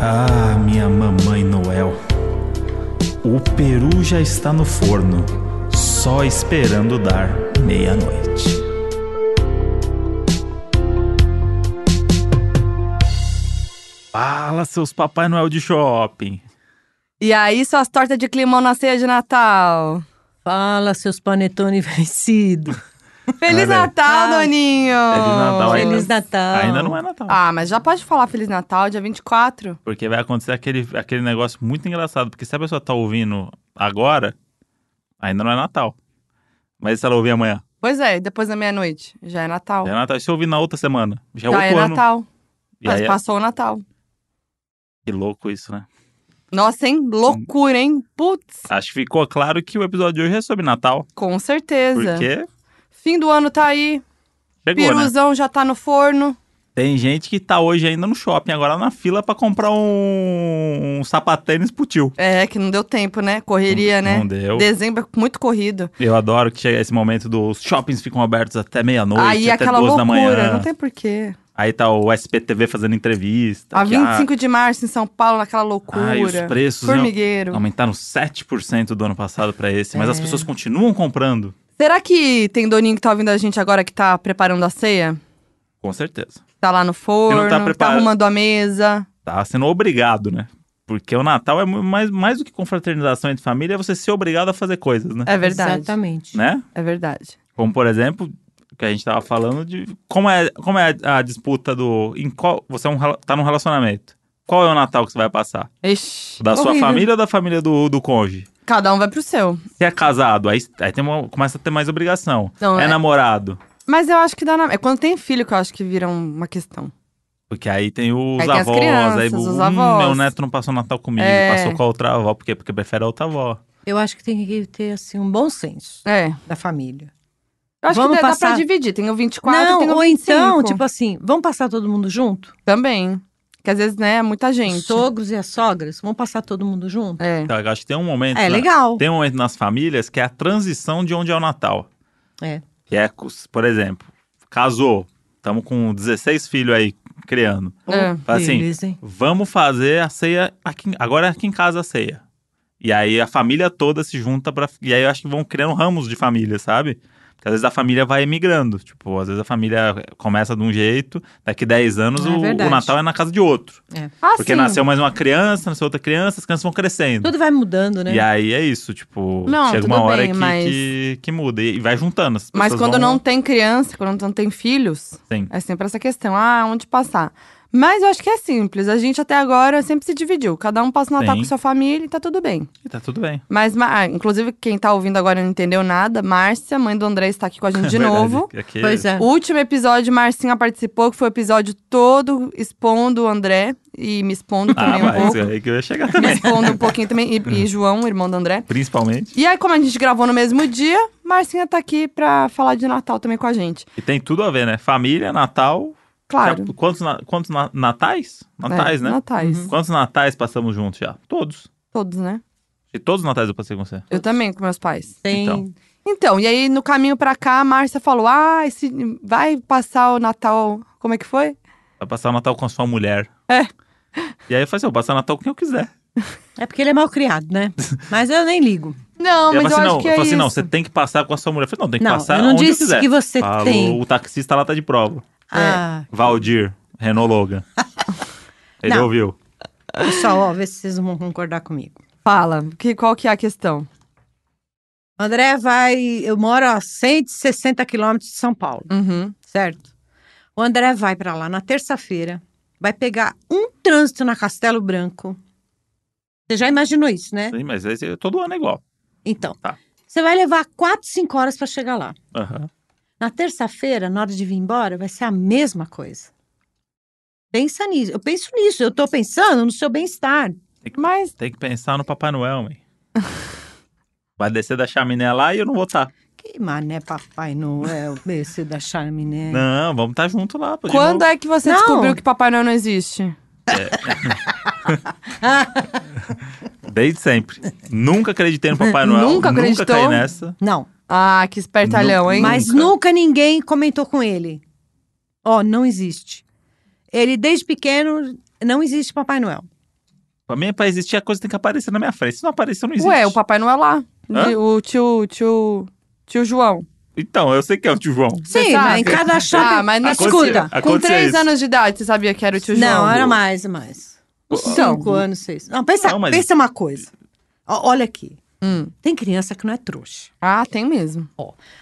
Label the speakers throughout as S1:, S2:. S1: Ah, minha mamãe Noel. O peru já está no forno, só esperando dar meia-noite. Fala, seus Papai Noel de shopping.
S2: E aí, suas tortas de climão na ceia de Natal.
S3: Fala, seus panetone vencido.
S1: Olha
S2: Feliz
S1: aí.
S2: Natal,
S3: Ah,
S2: Doninho!
S1: Feliz Natal ainda.
S3: Feliz Natal.
S1: Ainda não é Natal.
S2: Ah, mas já pode falar Feliz Natal, dia 24.
S1: Porque vai acontecer aquele, aquele negócio muito engraçado. Porque se a pessoa tá ouvindo agora, ainda não é Natal. Mas se ela ouvir amanhã,
S2: Pois é, depois da meia-noite. Já é Natal.
S1: já é Natal. E se ouvir na outra semana, já é
S2: já é
S1: outro ano.
S2: Natal.
S1: E
S2: mas
S1: aí, é-
S2: passou o Natal.
S1: que louco isso, né?
S2: Nossa, hein? Loucura, hein? Putz,
S1: Acho que ficou claro que o episódio de hoje é sobre Natal.
S2: com certeza.
S1: Porque
S2: Fim do ano tá aí.
S1: chegou, né?
S2: Piruzão já tá no forno.
S1: Tem gente que tá hoje ainda no shopping, agora na fila pra comprar um, um sapatênis pro tio.
S2: É, que não deu tempo, né? Correria, né?
S1: Não deu.
S2: Dezembro é muito corrido.
S1: Eu adoro que chega esse momento dos shoppings ficam abertos até meia-noite,
S2: aí
S1: até
S2: aquela
S1: duas
S2: loucura,
S1: da manhã.
S2: não tem porquê.
S1: Aí tá o SPTV fazendo entrevista.
S2: A
S1: que, ah,
S2: 25 de março em São Paulo, naquela loucura.
S1: Ai, os preços, né?
S2: Formigueiro.
S1: Aumentaram 7% do ano passado pra esse,
S2: É.
S1: mas as pessoas continuam comprando.
S2: Será que tem doninho que tá ouvindo a gente agora que tá preparando a ceia?
S1: Com certeza.
S2: Tá lá no forno,
S1: não tá prepara-
S2: arrumando a mesa.
S1: Tá sendo obrigado, né? Porque o Natal é mu- mais, mais do que confraternização entre família, é você ser obrigado a fazer coisas, né?
S2: É verdade.
S3: Exatamente.
S1: Né?
S2: É verdade.
S1: Como, por exemplo, que a gente tava falando de como é, como é a disputa do... Em qual, você é um rela- tá num relacionamento. Qual é o Natal que você vai passar?
S2: Ixi,
S1: Da sua
S2: horrível.
S1: família ou da família do, do cônjuge?
S2: Cada um vai pro seu.
S1: Se é casado, aí, aí tem uma- começa a ter mais obrigação.
S2: Não,
S1: é,
S2: é-
S1: namorado.
S2: Mas eu acho que dá na. É quando tem filho que eu acho que vira um, uma questão.
S1: Porque aí tem os
S2: Aí tem as
S1: avós, aí "Hum,
S2: crianças, os avós.
S1: meu neto não passou Natal comigo,
S2: É.
S1: passou com a outra avó, porque, porque prefere a outra avó.
S3: Eu acho que tem que ter, assim, um bom senso
S2: É.
S3: da família.
S2: Eu acho
S3: Vamos
S2: que dá, dá pra
S3: passar-
S2: dividir. Tem o 24 e
S3: não,
S2: tem o
S3: ou
S2: 25.
S3: então, tipo assim, vamos passar todo mundo junto?
S2: Também. Que às vezes, né, é muita gente.
S3: Os sogros e as sogras, vamos passar todo mundo junto?
S2: É.
S1: Então, eu acho que tem um momento.
S3: É,
S1: na-
S3: legal.
S1: Tem um momento nas famílias que é a transição de onde é o Natal.
S3: É.
S1: Que é, cus- por exemplo, casou, estamos com 16 filhos aí criando.
S2: É.
S1: Fala assim,
S3: Deles, hein?
S1: Vamos fazer a ceia aqui, em- agora é aqui em casa a ceia. E aí a família toda se junta para e aí eu acho que vão criando ramos de família, sabe? Porque às vezes a família vai emigrando, tipo, às vezes a família começa de um jeito, daqui 10 anos
S3: É
S1: o- o,
S3: verdade.
S1: Natal é na casa de outro.
S2: Ah,
S1: Porque
S2: sim.
S1: nasceu mais uma criança, nasceu outra criança, as crianças vão crescendo.
S3: Tudo vai mudando, né?
S1: E aí é isso, tipo,
S2: Não,
S1: chega
S2: tudo
S1: uma hora
S2: bem,
S1: que,
S2: mas-
S1: que, que muda e e vai juntando. As
S2: Mas
S1: pessoas
S2: quando
S1: vão-
S2: não tem criança, quando não tem filhos,
S1: Sim.
S2: é sempre essa questão. Ah, onde passar? Mas eu acho que é simples. A gente até agora sempre se dividiu. Cada um passa o Natal
S1: Sim.
S2: com sua família e tá tudo bem.
S1: E tá tudo bem.
S2: Mas, ma- ah, inclusive, quem tá ouvindo agora e não entendeu nada, Márcia, mãe do André, está aqui com a gente de
S1: É Verdade,
S2: novo.
S1: aqui-
S3: Pois é.
S2: Último episódio, Marcinha participou, que foi o episódio todo expondo o André e me expondo
S1: Ah,
S2: também um
S1: mas
S2: pouco.
S1: é aí que eu ia chegar
S2: Me
S1: também.
S2: expondo um pouquinho também. E, e João, irmão do André.
S1: Principalmente.
S2: E aí, como a gente gravou no mesmo dia, Marcinha tá aqui pra falar de Natal também com a gente.
S1: E tem tudo a ver, né? Família, Natal.
S2: Claro.
S1: Já- quantos na- quantos na- natais? Natais,
S2: É,
S1: né?
S2: Natais.
S3: Uhum.
S1: Quantos natais passamos juntos já? Todos.
S2: Todos, né?
S1: E todos os natais eu passei com você.
S2: Eu também, com meus pais.
S3: Tem...
S1: Então.
S2: Então, e aí, no caminho pra cá, a Márcia falou: ah, esse vai passar o Natal. Como é que foi?
S1: Vai passar o Natal com a sua mulher.
S2: É.
S1: E aí eu falei assim, eu vou passar o Natal com quem eu quiser.
S3: É porque ele é mal criado, né? Mas eu nem ligo.
S2: Não,
S1: e ela falou
S2: mas eu
S1: assim,
S2: acho
S1: não,
S2: que
S1: eu
S2: é
S1: falei assim,
S2: isso.
S1: não, você tem que passar com a sua mulher. Eu falei, não, tem que
S3: Não,
S1: passar
S3: eu não
S1: onde
S3: disse
S1: quiser.
S3: que você
S1: Falou
S3: tem.
S1: o taxista lá tá de prova.
S3: Ah,
S1: Valdir, Renault Logan. Ele
S3: Não.
S1: ouviu.
S3: pessoal, ó, vê se vocês vão concordar comigo.
S2: Fala, que, qual que é a questão?
S3: André vai. Eu moro a 160 quilômetros de São Paulo.
S2: Uhum.
S3: certo? O André vai para lá na terça-feira, vai pegar um trânsito na Castelo Branco. Você já imaginou isso, né?
S1: Sim, mas esse- todo ano é igual.
S3: Então,
S1: Tá.
S3: você vai levar 4, 5 horas para chegar lá.
S1: Aham.
S3: Na terça-feira, na hora de vir embora, vai ser a mesma coisa. Pensa nisso. Eu penso nisso. Eu tô pensando no seu bem-estar.
S2: Mas,
S1: Tem que pensar no Papai Noel, mãe. Vai descer da chaminé lá e eu não vou tá. estar.
S3: Que mané, Papai Noel, esse da Charminé.
S1: Não, vamos estar junto lá. pô, de
S2: É. quando
S1: novo.
S2: é que você
S3: Não.
S2: descobriu que Papai Noel não existe?
S1: Desde sempre. nunca acreditei no Papai Noel.
S2: Nunca
S1: Nunca
S2: acreditou?
S1: caí nessa.
S3: Não,
S2: Ah, que espertalhão,
S1: Nu-
S2: hein?
S3: Mas
S1: Nunca.
S3: nunca. ninguém comentou com ele. Ó, não existe. Ele, desde pequeno, não existe Papai Noel.
S1: Pra mim, pra existir, a coisa tem que aparecer na minha frente. Se não aparecer, não existe.
S2: Ué, o Papai Noel é lá.
S1: Hã?
S2: De- o tio, tio, tio João.
S1: Então, eu sei que é o tio João.
S2: Você
S3: Sim, mas
S2: sabe?
S3: em cada shopping.
S2: Ah, mas não-
S3: Escuta.
S2: Com
S1: Acontecia
S2: três
S1: isso.
S2: anos de idade, você sabia que era o tio João?
S3: Não, era mais, mais. Uns
S2: Então.
S3: cinco anos, seis. Não, pensa,
S1: Não, mas-
S3: pensa uma coisa. Ó, Olha aqui.
S2: Hum.
S3: Tem criança que não é trouxa.
S2: Ah, tem mesmo.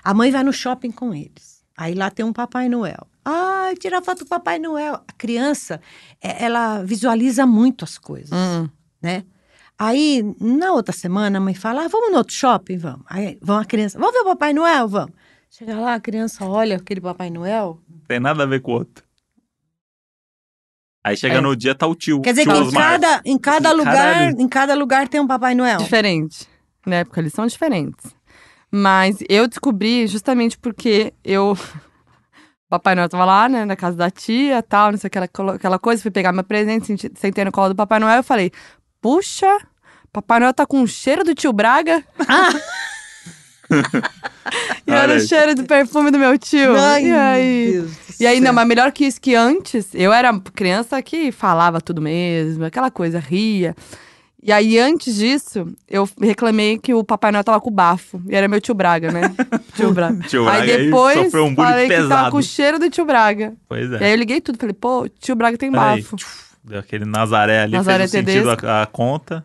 S3: A mãe vai no shopping com eles. Aí lá tem um Papai Noel. Ah, tira foto do Papai Noel. A criança, é, ela visualiza muito as coisas,
S2: Hum.
S3: né? Aí, na outra semana, a mãe fala, ah, vamos no outro shopping? Vamos. Aí vão a criança, vamos ver o Papai Noel? Vamos. Chega lá, a criança olha aquele Papai Noel.
S1: Tem nada a ver com o outro. Aí chega
S3: É.
S1: no dia, tá o tio.
S3: Quer dizer
S1: tio
S3: que em
S1: Osmar.
S3: cada, em cada
S1: Caralho.
S3: lugar, em cada lugar tem um Papai Noel.
S2: Diferente. Na época, eles são diferentes. Mas eu descobri justamente porque eu. O Papai Noel tava lá, né, na casa da tia tal, não sei aquela, colo- aquela coisa. Fui pegar meu presente, senti- sentei no colo do Papai Noel e falei: Puxa, Papai Noel tá com o cheiro do tio Braga. e
S1: Olha
S2: era o
S1: aí.
S2: cheiro do perfume do meu tio.
S3: Ai,
S2: e aí?
S3: meu Deus do
S2: E aí, não,
S3: céu.
S2: mas melhor que isso que antes, eu era criança que falava tudo mesmo, aquela coisa, ria. E aí, antes disso, eu reclamei que o Papai Noel tava com bafo. E era meu tio Braga, né? tio Braga.
S1: Tio
S2: aí
S1: Braga aí
S2: depois
S1: sofreu um bullying
S2: falei que tava
S1: pesado.
S2: com o cheiro do tio Braga.
S1: Pois
S2: E aí
S1: é.
S2: eu liguei tudo, falei, pô, tio Braga tem
S1: Peraí.
S2: bafo.
S1: Deu aquele Nazaré ali,
S2: Nazaré
S1: fez um sentido
S2: Tedesco.
S1: a, a conta.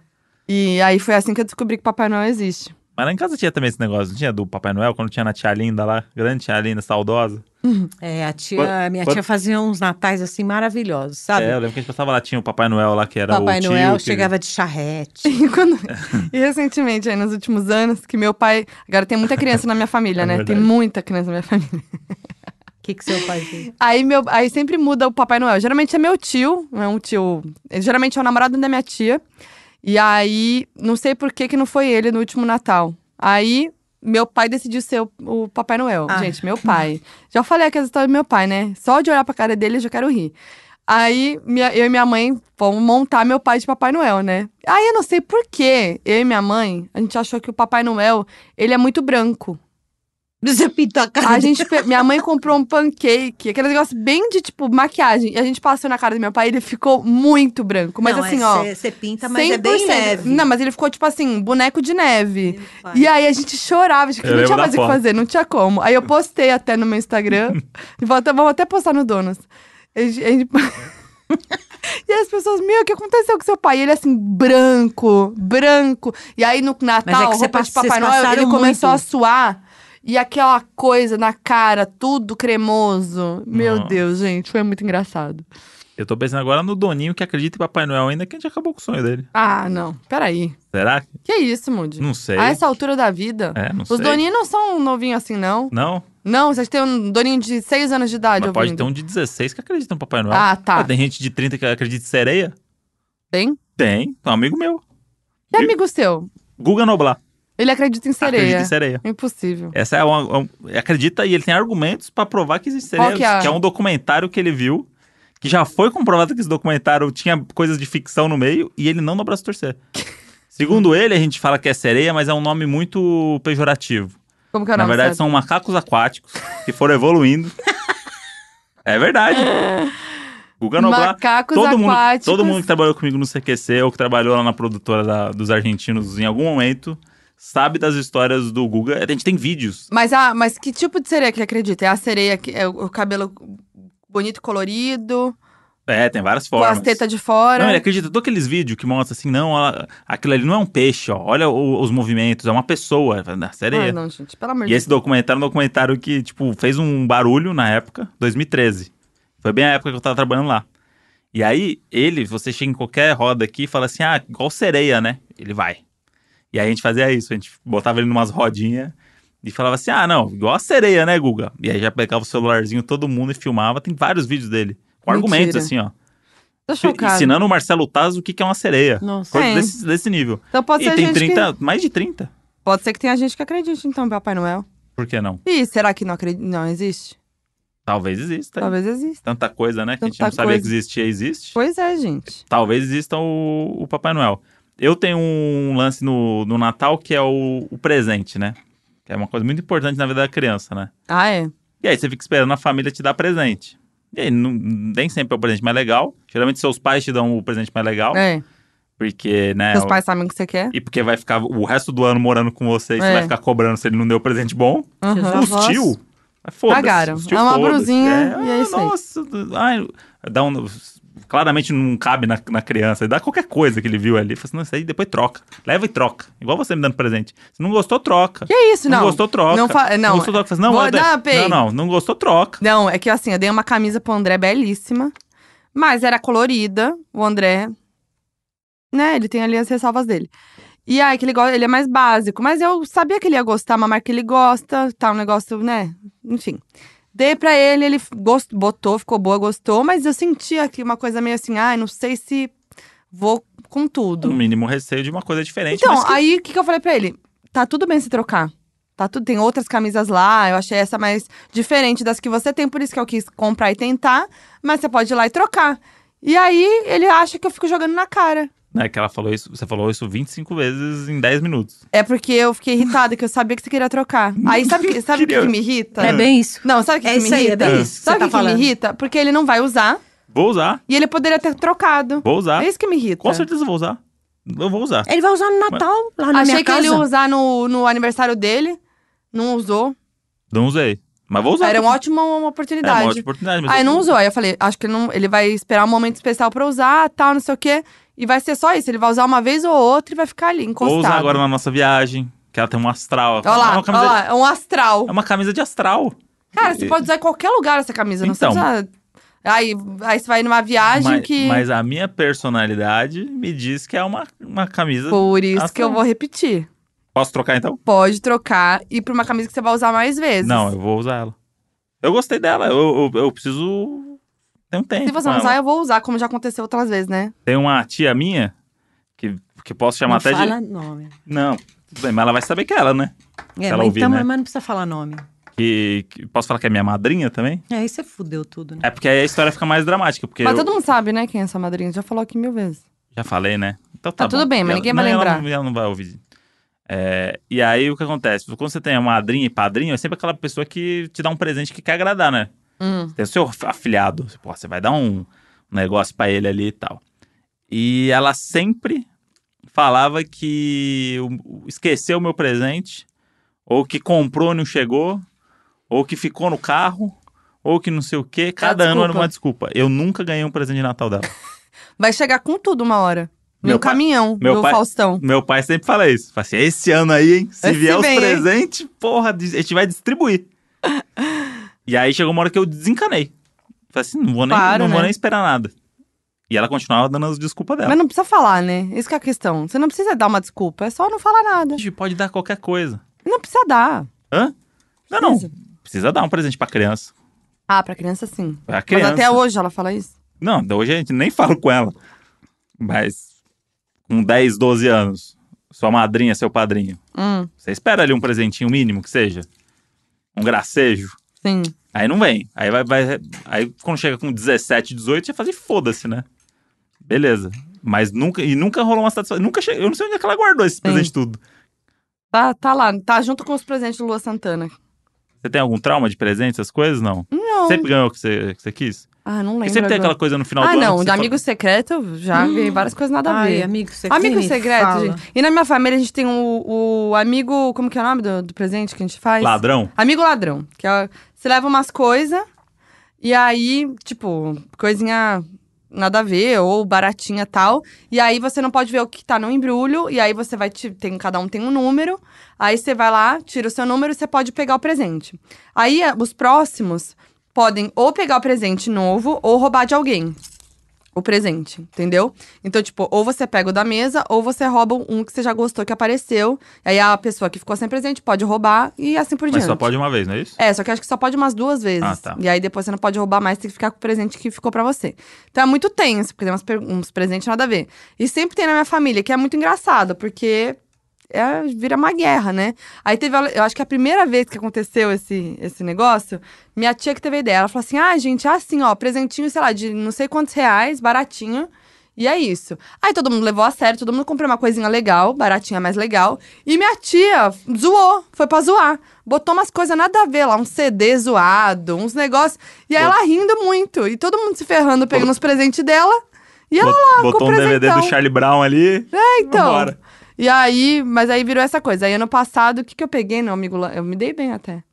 S2: E aí foi assim que eu descobri que Papai Noel existe.
S1: Mas lá em casa tinha também esse negócio, não tinha do Papai Noel, quando tinha na tia Linda lá, grande tia Linda, saudosa.
S3: É, a tia,
S1: Quando-
S3: minha
S1: quando-
S3: tia fazia uns natais assim maravilhosos, sabe?
S1: É, eu lembro que a gente passava lá, tinha o Papai Noel lá, que era
S3: Papai
S1: o tio.
S3: Noel
S1: que-
S3: chegava de charrete.
S2: E, quando- e recentemente, aí nos últimos anos, que meu pai. Agora tem muita criança na minha família,
S1: É
S2: né? Tem
S1: verdade.
S2: muita criança na minha família.
S3: O que, que seu pai fez?
S2: Aí, meu, aí sempre muda o Papai Noel. Geralmente é meu tio, é um tio. Geralmente é o namorado da minha tia. E aí, não sei por que, que não foi ele no último Natal. Aí, meu pai decidiu ser o, o Papai Noel.
S3: Ah.
S2: Gente, meu pai. Já falei aquela história do meu pai, né? Só de olhar pra cara dele eu já quero rir. Aí, minha- eu e minha mãe vamos montar meu pai de Papai Noel, né? Aí, eu não sei por que eu e minha mãe, a gente achou que o Papai Noel, ele é muito branco.
S3: Você pintou a cara.
S2: A gente, pe- minha mãe comprou um pancake, aquele negócio bem de tipo maquiagem. E a gente passou na cara do meu pai, ele ficou muito branco, mas assim, ó.
S3: Você pinta, é mas é bem
S2: 100%.
S3: leve.
S2: Não, mas ele ficou tipo assim, boneco de neve.
S3: Meu pai.
S2: E aí a gente chorava, gente, que
S1: Eu
S2: não
S1: lembro
S2: tinha
S1: da
S2: mais o que
S1: foto.
S2: fazer, não tinha como. Aí eu postei até no meu Instagram, e vou até, vamos até postar no Donos. A gente- a gente- E as pessoas, meu, o que aconteceu com seu pai? E ele assim, branco, branco. E aí no
S3: Mas é
S2: Natal,
S3: que você
S2: roupa de
S3: pass-
S2: Papai
S3: vocês
S2: Noel, ele
S3: passaram
S2: começou
S3: muito.
S2: a suar. E aquela coisa na cara, tudo cremoso. Meu
S1: Nossa.
S2: Deus, gente, foi muito engraçado.
S1: Eu tô pensando agora no Doninho que acredita em Papai Noel ainda, que a gente acabou com o sonho dele.
S2: Ah, não, peraí.
S1: Será?
S2: Que isso, Mundi?
S1: Não sei.
S2: A essa altura da vida,
S1: É, não sei.
S2: os doninhos não são novinhos assim, não.
S1: Não,
S2: Não, vocês têm um doninho de 6 anos tá de idade
S1: mas pode
S2: ouvindo.
S1: ter um de 16 que acredita no Papai Noel.
S2: Ah,
S1: Mas
S2: tá.
S1: tem gente de 30 que acredita em sereia?
S2: Tem?
S1: Tem, um amigo meu.
S2: E É amigo seu?
S1: Guga Noblar.
S2: Ele acredita em
S1: Acredita
S2: sereia.
S1: em sereia.
S2: Impossível.
S1: Essa é uma, uma- acredita e ele tem argumentos pra provar que existe
S2: Qual
S1: sereia,
S2: que é a-
S1: que é um documentário que ele viu, que já foi comprovado que esse documentário tinha coisas de ficção no meio e ele não dá braço torcer. Segundo ele, a gente fala que é sereia, mas é um nome muito pejorativo.
S2: Como que é o
S1: Na
S2: nome
S1: verdade,
S2: certo?
S1: são macacos aquáticos que foram evoluindo. é verdade. Guga Noblar
S2: Macacos
S1: todo mundo,
S2: aquáticos.
S1: todo mundo que trabalhou comigo no CQC ou que trabalhou lá na produtora da- dos argentinos em algum momento sabe das histórias do Guga. A gente tem vídeos.
S2: Mas, ah, mas que tipo de sereia que ele acredita? É a sereia que é o o cabelo bonito, colorido,
S1: É, tem várias
S2: com
S1: formas.
S2: as tetas de fora.
S1: Não, ele é acredita todos aqueles vídeos que mostram assim, não, ela- aquilo ali não é um peixe, ó. Olha o- os movimentos, é uma pessoa, é uma
S2: Ah,
S1: sereia.
S2: não, gente, pelo amor
S1: e
S2: de
S1: esse documentário é um documentário que, tipo, fez um barulho na época, 2013. Foi bem a época que eu tava trabalhando lá. E aí, ele, você chega em qualquer roda aqui e fala assim, ah, igual sereia, né? Ele vai. E aí a gente fazia isso, a gente botava ele numas rodinhas e falava assim, ah, não, igual a sereia, né, Guga? E aí já pegava o celularzinho, todo mundo e filmava, tem vários vídeos dele. Com
S2: Mentira.
S1: argumentos, assim, ó.
S2: Tô chocada.
S1: Ensinando o Marcelo Taz o que que é uma sereia.
S3: Nossa.
S1: Coisa
S2: Sim.
S1: desse, desse nível.
S2: Então pode
S1: e
S2: ser
S1: tem
S2: gente
S1: 30, mais de 30.
S2: que... Pode ser que tenha gente que acredite, então, em Papai Noel.
S1: Por que não?
S2: Ih, será que não, acredita? não existe?
S1: Talvez exista.
S2: Talvez exista.
S1: Tanta coisa, né? Que a gente não
S2: Tanta
S1: sabia
S2: coisa.
S1: que existia, existe.
S2: Pois é, gente.
S1: Talvez exista o, o Papai Noel. Eu tenho um lance no, no Natal que é o, o presente, né? Que é uma coisa muito importante na vida da criança, né?
S2: Ah, é?
S1: E aí você fica esperando a família te dar presente. E aí, não, nem sempre é o presente mais legal. Geralmente seus pais te dão o presente mais legal.
S2: É.
S1: Porque, né?
S2: Seus pais sabem o que você quer.
S1: E porque vai ficar o resto do ano morando com você e você
S2: É.
S1: vai ficar cobrando se ele não deu presente bom.
S2: Aham.
S1: Os tio. mas Foda-se.
S2: Pagaram.
S1: os tio,
S2: É uma
S1: foda-se.
S2: brusinha e é isso aí.
S1: Nossa, ai, dá um. Claramente não cabe na, na criança. Dá qualquer coisa que ele viu ali. Fala assim, não, isso aí depois troca. Leva e troca. Igual você me dando presente. Se não gostou, troca.
S2: Que é isso,
S1: não,
S2: não.
S1: gostou, troca.
S2: Não fa- não.
S1: gostou, troca. Fala assim,
S2: Vou
S1: não, eu dei-
S2: dar, Pei.
S1: não, não, não gostou, troca.
S2: Não, é que assim, eu dei uma camisa pro André belíssima, mas era colorida. O André, né, ele tem ali as ressalvas dele. E aí, que ele, go- ele é mais básico, mas eu sabia que ele ia gostar, uma marca que ele gosta, tá um negócio, né, enfim. Dei pra ele, ele gost, botou, ficou boa, gostou, mas eu sentia que uma coisa meio assim, ai, não sei se vou com
S1: No
S2: tudo.
S1: mínimo receio de uma coisa diferente.
S2: Então,
S1: mas que-
S2: aí o que, que eu falei pra ele? Tá tudo bem se trocar. Tá tudo, tem outras camisas lá, eu achei essa mais diferente das que você tem, por isso que eu quis comprar e tentar, mas você pode ir lá e trocar. E aí ele acha que eu fico jogando na cara.
S1: né, que ela falou isso. Você falou isso 25 vezes em 10 minutos.
S2: É porque eu fiquei irritada, que eu sabia que você queria trocar. Aí sabe o que, sabe o que, que me irrita?
S3: É bem isso.
S2: Não, sabe o que,
S3: É
S2: que me
S3: isso aí, é
S2: irrita?
S3: bem isso que
S2: sabe
S3: você
S2: o
S3: tá
S2: que, que me
S3: falando.
S2: irrita? Porque ele não vai usar
S1: Vou usar.
S2: e ele poderia ter trocado.
S1: Vou usar.
S2: É isso que me irrita.
S1: Tá. Com certeza eu vou usar. Eu vou usar.
S3: Ele vai usar no Natal, lá na
S2: Achei
S3: minha
S2: que
S3: casa.
S2: ele ia usar no, no aniversário dele, não usou.
S1: Não usei. Mas vou usar.
S2: Era uma
S1: porque-
S2: ótima
S1: É uma
S2: oportunidade.
S1: ótima oportunidade. Mas
S2: Aí não usou. Aí eu falei, acho que ele, não, ele vai esperar um momento especial pra usar, tal, não sei o quê. E vai ser só isso. Ele vai usar uma vez ou outra e vai ficar ali, encostado.
S1: Vou usar agora na nossa viagem, que ela tem um astral.
S2: Olha lá,
S1: é uma
S2: olha
S1: camisa,
S2: lá, é um astral.
S1: é uma camisa de astral.
S2: Cara, você pode usar em qualquer lugar essa camisa, não
S1: Então.
S2: precisa... Aí, aí você vai numa viagem
S1: Mas,
S2: que...
S1: mas a minha personalidade me diz que é uma, uma camisa.
S2: Por isso
S1: Astral.
S2: que eu vou repetir.
S1: Posso trocar então?
S2: Pode trocar e ir pra uma camisa que você vai usar mais vezes.
S1: Não, eu vou usar ela. Eu gostei dela. Eu, eu, eu preciso. Tem um tempo.
S2: Se você não
S1: com
S2: usar,
S1: ela.
S2: eu vou usar, como já aconteceu outras vezes, né?
S1: Tem uma tia minha que, que posso chamar
S3: Não
S1: até de.
S3: fala nome.
S1: Não, tudo bem, mas ela vai saber que é ela, né?
S3: É,
S1: ela
S3: mas
S1: ouvir,
S3: então,
S1: né?
S3: mas não precisa falar nome.
S1: Que, que- posso falar que é minha madrinha também?
S3: É, aí você fudeu tudo, né?
S1: É porque aí a história fica mais dramática. Porque
S2: Mas
S1: eu-
S2: todo mundo sabe, né, quem é sua madrinha. Já falou aqui mil vezes.
S1: Já falei, né? Então tá,
S2: Tá tudo
S1: bom.
S2: bem, mas
S1: Ela-
S2: ninguém vai
S1: não, ela
S2: lembrar.
S1: não- Ela, não vai ouvir. É, e aí o que acontece? Quando você tem a madrinha e padrinho, é sempre aquela pessoa que te dá um presente que quer agradar, né?
S2: Hum.
S1: Tem o seu afilhado. Pô, você vai dar um negócio pra ele ali e tal. E ela sempre falava que o- o- esqueceu o meu presente, ou que comprou e não chegou, ou que ficou no carro, ou que não sei o quê. Cada ano era
S2: desculpa.
S1: uma desculpa. Eu nunca ganhei um presente de Natal dela.
S2: Vai chegar com tudo uma hora.
S1: Meu
S2: no
S1: pai-
S2: caminhão
S1: meu
S2: do
S1: pai-
S2: Faustão.
S1: Meu pai sempre fala isso. Fala assim, esse ano aí, hein? Se
S2: Esse
S1: vier os
S2: vem, hein?"
S1: presentes, porra, a gente vai distribuir. e aí chegou uma hora que eu desencanei. Falei assim, não vou nem,
S2: Claro,
S1: não vou
S2: né?
S1: nem esperar nada. E ela continuava dando as desculpas dela.
S2: Mas não precisa falar, né? Isso que é a questão. Você não precisa dar uma desculpa, é só não falar nada.
S1: Gente, pode dar qualquer coisa.
S2: Não precisa dar.
S1: Hã? Não, não.
S2: Precisa.
S1: Precisa dar um presente pra criança.
S2: Ah, pra criança sim.
S1: Pra criança.
S2: Mas até hoje ela fala isso.
S1: Não, hoje a gente nem fala com ela. Mas com 10, 12 anos, sua madrinha, seu padrinho,
S2: Hum,
S1: você espera ali um presentinho mínimo que seja? Um gracejo?
S2: sim.
S1: Aí não vem. Aí vai, vai- aí quando chega com 17, 18, você faz e foda-se, né? Beleza. Mas nunca e nunca rolou uma satisfação. Nunca che... eu não sei onde é que ela guardou esse presente tudo.
S2: Tá, tá lá, tá junto com os presentes do Lua Santana.
S1: Você tem algum trauma de presente, essas coisas não?
S2: Não.
S1: Sempre ganhou o que você, que você quis?
S2: Ah, não
S1: Porque
S2: lembro.
S1: sempre tem
S2: agora.
S1: aquela coisa no final do
S2: Ah,
S1: ano.
S2: não,
S1: que
S2: de
S1: você
S2: amigo secreto, já vi várias coisas nada a
S3: Hum. Ai,
S2: ver.
S3: amigo secreto.
S2: Amigo
S3: nem
S2: secreto,
S3: fala.
S2: gente. E na minha família a gente tem o, o amigo. Como que é o nome do, do presente que a gente faz?
S1: fala, Ladrão?
S2: Amigo ladrão, que é, você leva umas coisas e aí, tipo, coisinha nada a ver ou baratinha tal, e aí você não pode ver o que tá no embrulho e aí você vai te- tem cada um tem um número, aí você vai lá, tira o seu número e você pode pegar o presente. Aí eh, os próximos podem ou pegar o presente novo ou roubar de alguém. O presente, entendeu? Então, tipo, ou você pega o da mesa, ou você rouba um que você já gostou que apareceu. Aí a pessoa que ficou sem presente pode roubar e assim por
S1: Mas
S2: diante.
S1: só pode uma vez, não é isso?
S2: É, só que eu acho que só pode umas duas vezes.
S1: Ah, tá.
S2: E aí depois você não pode roubar mais, tem que ficar com o presente que ficou pra você. Então é muito tenso, porque tem umas per- uns presentes nada a ver. E sempre tem na minha família, que é muito engraçado, porque é, vira uma guerra, né? Aí teve, a- eu acho que a primeira vez que aconteceu esse, esse negócio, minha tia que teve a ideia, ela falou assim: ah, gente, é assim, ó, presentinho, sei lá, de não sei quantos reais, baratinho. E é isso. Aí todo mundo levou a sério, todo mundo comprou uma coisinha legal, baratinha, mas legal. E minha tia zoou, foi pra zoar. Botou umas coisas nada a ver lá, um CD zoado, uns negócios. E aí ela rindo muito. E todo mundo se ferrando, pegando os presentes dela. E ela
S1: Bot-
S2: com
S1: botou um
S2: o
S1: DVD do
S2: É, presentão.
S1: Charlie Brown ali.
S2: É, então.
S1: Vambora.
S2: E aí, mas aí virou essa coisa. Aí ano passado, o que, que eu peguei, não, amigo? Lan- Eu me dei bem até.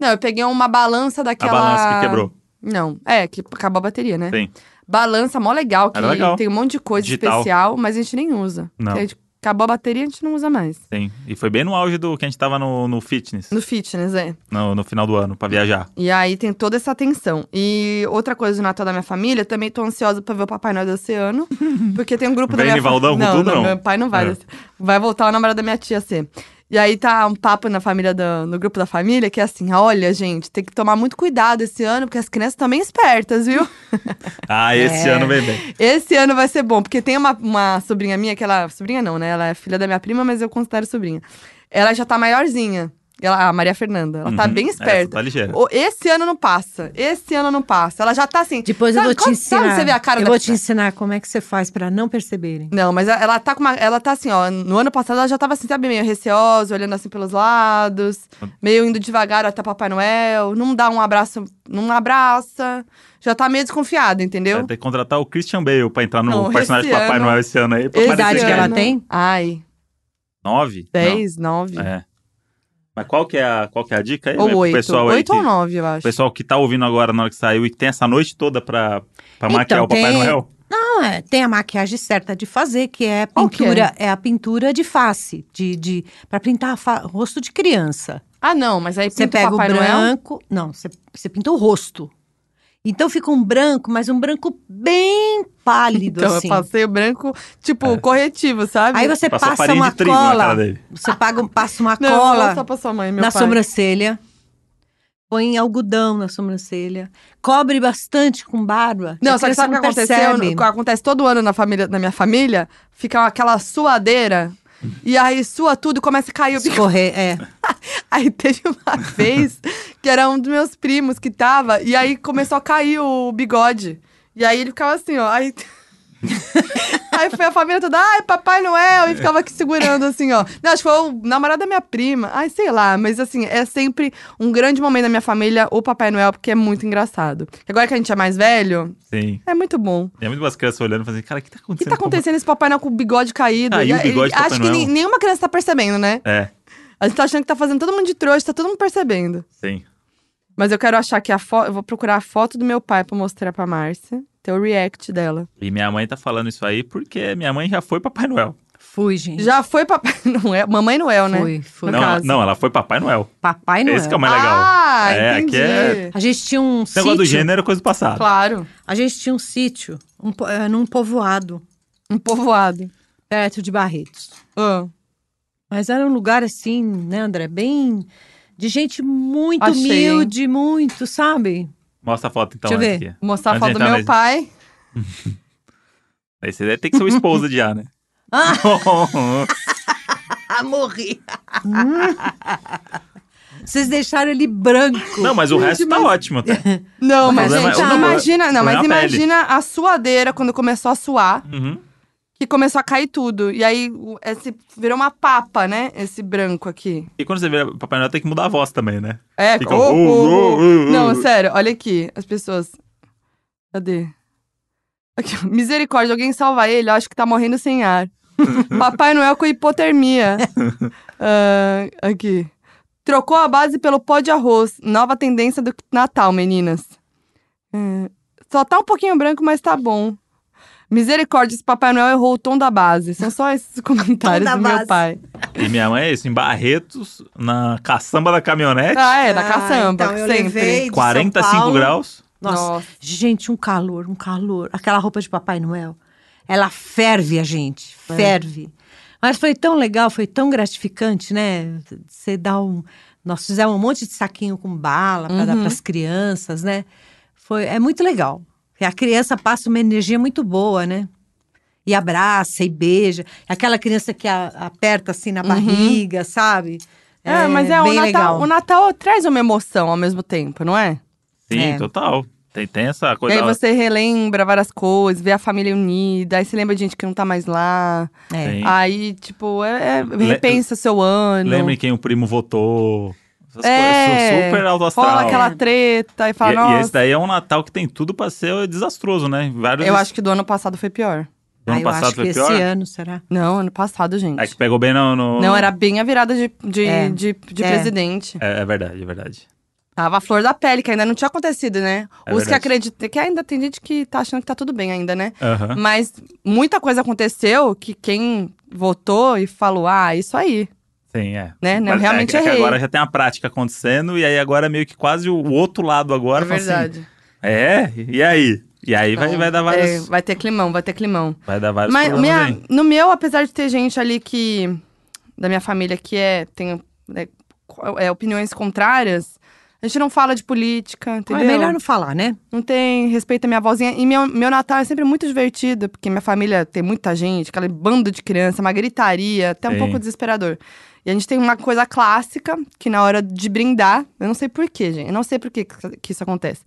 S2: Não, eu peguei uma balança
S1: A
S2: daquela.
S1: balança que quebrou.
S2: Não, é, que acabou a bateria, né?
S1: Sim.
S2: Balança mó legal, que
S1: Era legal.
S2: tem um monte de coisa
S1: Digital.
S2: especial, mas a gente nem usa.
S1: Não.
S2: Porque a gente- acabou a bateria, a gente não usa mais.
S1: Sim. E foi bem no auge do que a gente tava no, no fitness,
S2: No fitness, é.
S1: no, no final do ano, pra viajar.
S2: E aí tem toda essa tensão. E outra coisa do Natal da minha família, também tô ansiosa pra ver o Papai Noel do Oceano. porque tem um grupo
S1: Vem
S2: da minha
S1: Nivaldão com
S2: não,
S1: tudo,
S2: não,
S1: não?
S2: meu pai não vai.
S1: É.
S2: desse- Vai voltar o namorado da minha tia ser. E aí tá um papo na família da- no grupo da família que é assim: olha, gente, tem que tomar muito cuidado esse ano, porque as crianças estão bem espertas, viu?
S1: Ah, esse
S2: É,
S1: ano vem bem.
S2: Esse ano vai ser bom, porque tem uma, uma sobrinha minha, que ela. Sobrinha não, né? Ela é filha da minha prima, mas eu considero sobrinha. Ela já tá maiorzinha. Ela, a Maria Fernanda. Ela tá
S1: Uhum.
S2: bem
S1: Essa
S2: esperta.
S1: tá ligeira.
S2: O- Esse ano não passa. Esse ano não passa. Ela já tá assim.
S3: Depois eu
S2: sabe
S3: vou te
S2: quando-
S3: ensinar.
S2: Sabe você vê a cara
S3: eu
S2: da
S3: vou te ensinar como é que você faz pra não perceberem.
S2: Não, mas ela tá com uma. Ela tá assim, ó. No ano passado ela já tava assim, sabe, meio receosa, olhando assim pelos lados,
S1: Ah.
S2: meio indo devagar até Papai Noel. Não dá um abraço, não abraça. Já tá meio desconfiada, entendeu?
S1: Vai ter que contratar o Christian Bale pra entrar no
S2: Não,
S1: personagem
S2: esse
S1: do Papai
S2: ano-
S1: Noel esse ano aí. Pra
S2: Esse
S3: idade
S1: parecer
S3: que ela
S2: ano-
S3: tem?
S1: é
S2: Ai,
S1: Nove? Não.
S2: 10, 9.
S1: É. Mas qual que é a, qual que é a dica aí? né,
S2: Ou
S1: pro
S2: 8.
S1: pessoal aí
S2: 8
S1: que-
S2: ou 9, eu acho.
S1: O pessoal que tá ouvindo agora na hora que saiu e tem essa noite toda pra, pra
S3: Então,
S1: maquiar o Papai
S3: tem-
S1: Noel.
S3: Não, é, tem a maquiagem certa de fazer, que é a
S2: Qual que é?
S3: pintura, é? a pintura de face, de, de para pintar fa- rosto de criança.
S2: Ah, não, mas aí
S3: Você
S2: pinta
S3: pega o
S2: Papai Noel.
S3: branco. Não, você, você pinta o rosto. Então fica um branco, mas um branco bem pálido,
S2: Então,
S3: assim.
S2: eu passei o branco, tipo,
S1: É.
S2: corretivo, sabe?
S3: Aí você
S1: Passou
S3: passa
S1: farinha
S3: uma
S1: de trigo na cara
S3: cola.
S1: dele.
S3: Você paga, um, passa uma
S2: não,
S3: cola
S2: Só pra sua mãe, meu
S3: na
S2: pai.
S3: sobrancelha. Põe algodão na sobrancelha. Cobre bastante com barba.
S2: Não,
S3: a
S2: só que
S3: criança
S2: sabe o que
S3: não
S2: aconteceu?
S3: percebe.
S2: O que acontece todo ano na, família, na minha família, fica aquela suadeira. E aí sua tudo e começa a cair o bigode.
S3: Escorrer, é.
S2: Aí teve uma vez que era um dos meus primos que tava, e aí começou a cair o bigode. E aí ele ficava assim, ó. Aí, aí foi a família toda, ai, Papai Noel, e ficava aqui segurando assim, ó. Não, acho que foi o namorado da minha prima. Ai, sei lá, mas assim, é sempre um grande momento da minha família, o Papai Noel, porque é muito engraçado. Agora que a gente é mais velho,
S1: Sim.
S2: é muito bom.
S1: Tem muito umas crianças olhando e falando assim, cara, o que tá
S2: O que
S1: acontecendo?
S2: tá acontecendo esse Papai Noel com o bigode caído? né?
S1: Caiu Ah, o
S2: E aí,
S1: bigode do
S2: acho
S1: Papai
S2: que
S1: Noel.
S2: nem- nenhuma criança tá percebendo, né?
S1: É,
S2: A gente tá achando que tá fazendo todo mundo de trouxa, tá todo mundo percebendo.
S1: sim.
S2: Mas eu quero achar que a foto. Eu vou procurar a foto do meu pai pra mostrar pra Márcia. Ter o react dela.
S1: E minha mãe tá falando isso aí porque minha mãe já foi Papai Noel.
S3: Fui, gente.
S2: Já foi Papai Noel. Mamãe Noel, né?
S3: Fui, fui.
S2: No
S1: Não,
S2: caso.
S1: não, ela foi Papai Noel.
S3: Papai Noel.
S1: Esse que é o mais legal.
S2: Ah,
S1: É, aqui
S2: entendi.
S1: é-
S3: A gente tinha um
S1: Esse negócio do
S3: sítio.
S1: gênero é coisa do passado.
S2: Claro.
S3: A gente tinha um sítio um po- eh, num povoado
S2: Um povoado.
S3: perto de Barretos.
S2: Ah,
S3: Mas era um lugar assim, né, André? Bem. De gente muito
S2: Achei,
S3: humilde, muito, sabe?
S1: Mostra a foto então.
S3: Deixa eu
S1: antes
S3: ver.
S1: aqui.
S2: Vou mostrar a
S1: Onde
S2: foto
S1: ele
S2: do
S1: tá
S2: meu
S1: mesmo?
S2: pai.
S1: Aí você deve ter que ser o esposo de já, né?
S3: Ah!
S1: Não,
S3: Ah, morri! Vocês deixaram ele branco.
S1: mas o resto tá ótimo até.
S2: Não,
S3: O
S2: mas,
S3: problema é-
S2: gente,
S3: o problema-
S2: imagina. Não,
S1: o
S2: mas
S1: problema é a pele.
S2: imagina a suadeira quando começou a suar.
S1: Uhum.
S2: Que começou a cair tudo. E aí, o- esse virou uma papa, né? Esse branco aqui.
S1: E quando você vê Papai Noel, tem que mudar a voz também, né?
S2: É,
S1: Fica,
S2: ô,
S1: "Oh,
S2: ô,
S1: oh,
S2: ô".
S1: oh, oh.
S2: Não, sério, olha aqui, as pessoas. Cadê? Aqui, ó. misericórdia, alguém salva ele, eu acho que tá morrendo sem ar. Papai Noel com hipotermia. Ah, aqui. Trocou a base pelo pó de arroz. Nova tendência do Natal, meninas. Hum, só tá um pouquinho branco, mas tá bom. Misericórdia, esse Papai Noel errou o tom da base. São só esses comentários
S3: da
S2: do
S3: base.
S2: meu pai.
S1: E minha mãe é isso, em Barretos, na caçamba da caminhonete,
S2: Ah, é, da
S3: Ah,
S2: caçamba,
S3: então eu
S2: sempre.
S3: levei de São
S1: 45
S3: Paulo.
S1: graus.
S3: Nossa,
S2: Nossa.
S3: gente, um calor, um calor. Aquela roupa de Papai Noel, ela ferve a gente, ferve. Mas foi tão legal, foi tão gratificante, né? Você dá um. Nós fizemos um monte de saquinho com bala para
S2: Uhum.
S3: dar para as crianças, né? Foi, é muito legal. E A criança passa uma energia muito boa, né? E abraça e beija. É Aquela criança que a- aperta assim na barriga, sabe?
S2: Uhum. É, mas é, o,
S3: bem
S2: Natal,
S3: legal.
S2: o Natal traz uma emoção ao mesmo tempo, não é?
S1: Sim,
S3: É.
S1: total. Tem, tem essa
S2: e
S1: coisa.
S2: aí você relembra várias coisas, vê a família unida, aí você lembra de gente que não tá mais lá.
S3: É.
S1: Sim.
S2: Aí, tipo, é, é, repensa seu ano.
S1: Lembrem quem o primo votou. Essas coisas,
S2: É,
S1: su- super alto astral.
S2: Rola aquela treta e fala,
S1: E- e,
S2: nossa.
S1: esse daí é um Natal que tem tudo pra ser desastroso, né? Vários
S2: Eu acho que do ano passado foi pior.
S1: ano
S3: Ah, eu
S1: passado
S3: acho
S1: foi
S3: que
S1: pior.
S3: esse ano, será?
S2: Não, ano passado, gente.
S1: É que pegou bem no. no-
S2: Não, era bem a virada de, de,
S3: É.
S2: de, de
S3: É.
S2: presidente.
S1: É, é verdade, é verdade.
S2: Tava a flor da pele, que ainda não tinha acontecido, né?
S1: É
S2: Os que
S1: verdade.
S2: acreditam. Que ainda tem gente que tá achando que tá tudo bem ainda, né?
S1: Aham.
S2: Mas muita coisa aconteceu que quem votou e falou, ah, isso aí,
S1: Sim, é.
S2: né? Não,
S1: Mas é
S2: realmente
S1: que- é que
S2: errei.
S1: agora já tem a prática acontecendo, e aí agora é meio que quase o outro lado agora.
S2: é
S1: fala assim,
S2: verdade.
S1: é? E aí? E aí vai,
S2: Então,
S1: vai dar
S2: é,
S1: vários.
S2: vai ter climão, vai ter climão.
S1: Vai dar vários
S2: Mas
S1: problemas
S2: minha-
S1: aí.
S2: no meu, apesar de ter gente ali que. Da minha família que é. tem né, co- é, opiniões contrárias, a gente não fala de política, entendeu?
S3: É melhor não falar, né?
S2: Não tem respeito à minha vozinha. E meu, meu Natal é sempre muito divertido, porque minha família tem muita gente, aquela banda de criança, uma gritaria, até um
S1: Sim.
S2: pouco desesperador. E a gente tem uma coisa clássica, que na hora de brindar, eu não sei porquê, gente, eu não sei por que que isso acontece.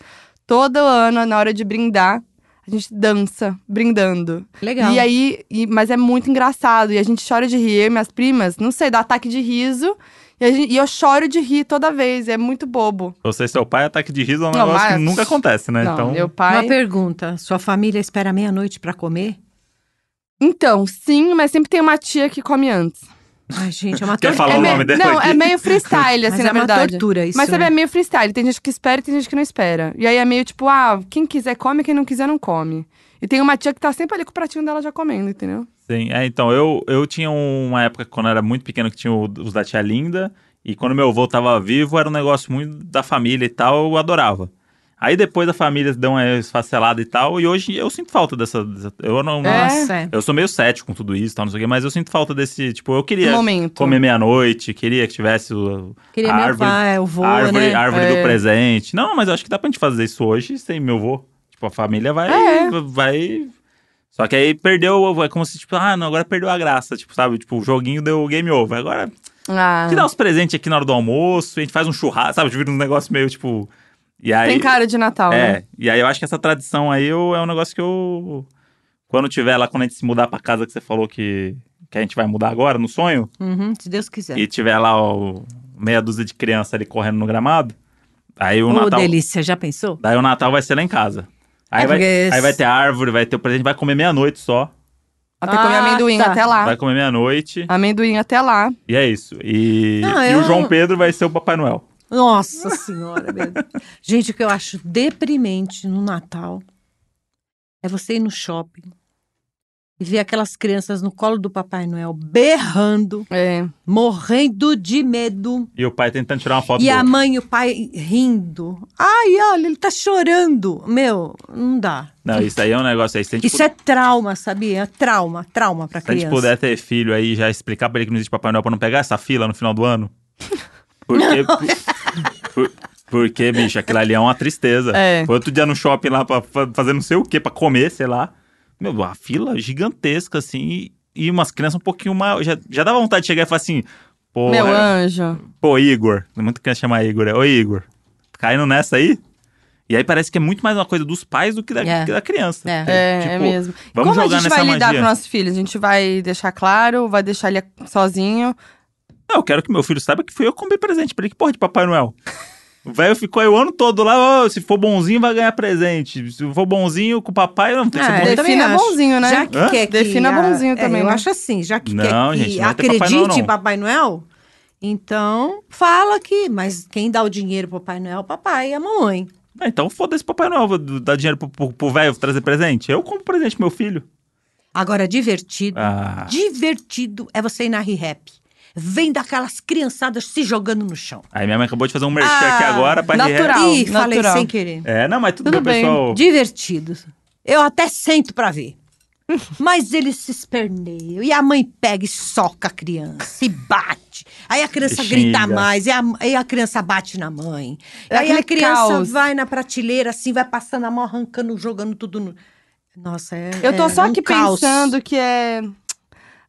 S2: Todo ano, na hora de brindar, a gente dança, brindando.
S3: Legal.
S2: E aí, e- mas é muito engraçado. E a gente chora de rir, eu e minhas primas, não sei, dá ataque de riso. E, a gente- e eu choro de rir toda vez, é muito bobo.
S1: Você e seu pai, ataque de riso é um
S2: Não,
S1: negócio
S2: mas-
S1: que nunca acontece, né?
S2: não,
S1: então.
S2: meu pai...
S3: Uma pergunta: sua família espera meia-noite pra comer?
S2: Então, sim, mas sempre tem uma tia que come antes.
S3: Ai, gente, é uma
S1: Quer
S3: tortura.
S1: falar
S2: é
S1: o
S2: meio-
S1: nome dela
S2: Não,
S1: aqui?
S2: é meio freestyle, assim,
S3: Mas
S2: na
S3: é uma
S2: verdade.
S3: tortura isso.
S2: Mas sabe,
S3: né?
S2: é meio freestyle. Tem gente que espera e tem gente que não espera. E aí é meio tipo, ah, quem quiser come, quem não quiser não come. E tem uma tia que tá sempre ali com o pratinho dela já comendo, entendeu?
S1: Sim, é, então, eu, eu tinha uma época quando eu era muito pequeno que tinha o- os da tia Linda, e quando meu avô tava vivo, era um negócio muito da família e tal, eu adorava. Aí depois a família deu uma esfacelada e tal, e hoje eu sinto falta dessa. dessa- eu não. não-
S2: É.
S3: Nossa, é.
S1: Eu sou meio cético com tudo isso, e tal, não sei o quê, mas eu sinto falta desse. Tipo, eu queria
S2: No momento.
S1: comer meia-noite, queria que tivesse o,
S3: Queria
S1: a
S3: meu
S1: árvore-
S3: pai, o vô,
S1: a árvore,
S3: né?
S1: a árvore
S2: É.
S1: do presente. Não, mas eu acho que dá pra gente fazer isso hoje sem meu avô. Tipo, a família vai.
S2: É.
S1: vai... Só que aí perdeu. É como se, tipo, ah, não, agora perdeu a graça. Tipo, sabe? Tipo, o joguinho deu game over. Agora,
S2: Ah,
S1: que dá os presentes aqui na hora do almoço, a gente faz um churrasco, sabe? Tipo, vira um negócio meio tipo. E aí.
S2: tem cara de Natal, né?
S1: É, e aí eu acho que essa tradição aí eu- é um negócio que eu. Quando tiver lá, quando a gente se mudar pra casa que você falou que, que a gente vai mudar agora, no sonho,
S3: Uhum, se Deus quiser.
S1: e tiver lá ó, meia dúzia de criança ali correndo no gramado, aí o
S3: Ô,
S1: Natal.
S3: delícia, já pensou?
S1: Daí o Natal vai ser lá em casa. Aí,
S3: É,
S1: vai,
S3: porque esse-
S1: aí vai ter árvore, vai ter o presente, vai comer meia-noite só.
S2: Até comer
S3: Ah,
S2: amendoim
S3: tá.
S2: até lá.
S1: Vai comer meia-noite.
S2: Amendoim até lá.
S1: E é isso. E,
S3: Não,
S1: e
S3: eu-
S1: o João Pedro vai ser o Papai Noel.
S3: Nossa senhora, meu Deus. Gente, o que eu acho deprimente no Natal é você ir no shopping e ver aquelas crianças no colo do Papai Noel berrando,
S2: É.
S3: morrendo de medo.
S1: E o pai tentando tirar uma foto
S3: E
S1: do
S3: a mãe e o pai rindo. Ai, olha, ele tá chorando. Meu, não dá.
S1: Não, isso aí é um negócio aí. Se a gente,
S3: Isso é trauma, sabia? É Trauma, trauma pra
S1: se a gente
S3: criança.
S1: puder ter filho aí e já explicar pra ele que não existe Papai Noel pra não pegar essa fila no final do ano. Porque. por- porque, bicho, aquilo ali é uma tristeza.
S2: É.
S1: Foi outro dia no shopping lá pra fa- fazer não sei o que, pra comer, sei lá. Meu, a fila gigantesca, assim, e, e umas crianças um pouquinho maiores. Já, já dava vontade de chegar e falar assim. Pô,
S2: Meu
S1: é-
S2: anjo.
S1: Pô, Igor. Tem muita criança que chama Igor. É, Ô, Igor. Caindo nessa aí? E aí parece que é muito mais uma coisa dos pais do que da,
S3: É.
S1: que da criança.
S3: É.
S2: É,
S1: Tipo,
S2: é mesmo.
S1: vamos
S2: Como a
S1: jogar
S2: gente vai
S1: nessa
S2: lidar
S1: magia.
S2: com nossos filhos? A gente vai deixar claro, vai deixar ele sozinho.
S1: Não, eu quero que meu filho saiba que fui eu que comprei presente pra ele. Que porra de Papai Noel? O velho ficou aí o ano todo lá, "Ô, se for bonzinho, vai ganhar presente. Se for bonzinho com o papai, não tem que
S3: Ah,
S1: ser
S3: eu
S1: bonzinho.
S2: ele-
S3: também
S2: Defina
S3: acho.
S2: bonzinho, né?
S3: Já que
S1: Hã?
S3: quer que
S2: Defina
S3: a-
S2: bonzinho
S3: é,
S2: também,
S3: Eu
S2: né?
S3: acho assim, já que
S1: Não,
S3: quer que
S1: gente, não vai ter Papai
S3: acredite
S1: Noel, não.
S3: em Papai Noel, então fala que, mas quem dá o dinheiro pro Papai Noel é o papai e a mamãe.
S1: Ah, então foda-se Papai Noel, vou dar dinheiro pro- pro pro velho trazer presente. Eu compro presente pro meu filho.
S3: Agora, divertido,
S1: Ah,
S3: divertido é você ir na Rap. Vem daquelas criançadas se jogando no chão.
S1: aí minha mãe acabou de fazer um merchan
S3: Ah,
S1: aqui agora. Pra
S2: natural. Natural,
S3: Ih, falei
S2: natural.
S3: sem querer.
S1: É, não, mas tudo,
S2: Tudo
S1: bem,
S2: bem.
S1: pessoal.
S3: Divertido. Eu até sento pra ver. Mas eles se esperneiam. E a mãe pega e soca a criança e bate. Aí a criança
S1: E
S3: grita
S1: xinga.
S3: mais. E a, aí a criança bate na mãe.
S2: É
S3: aí a
S2: aquele
S3: criança
S2: caos.
S3: vai na prateleira, assim, vai passando a mão, arrancando, jogando tudo no. Nossa, é.
S2: Eu tô
S3: é
S2: só
S3: um
S2: aqui
S3: caos.
S2: pensando que é.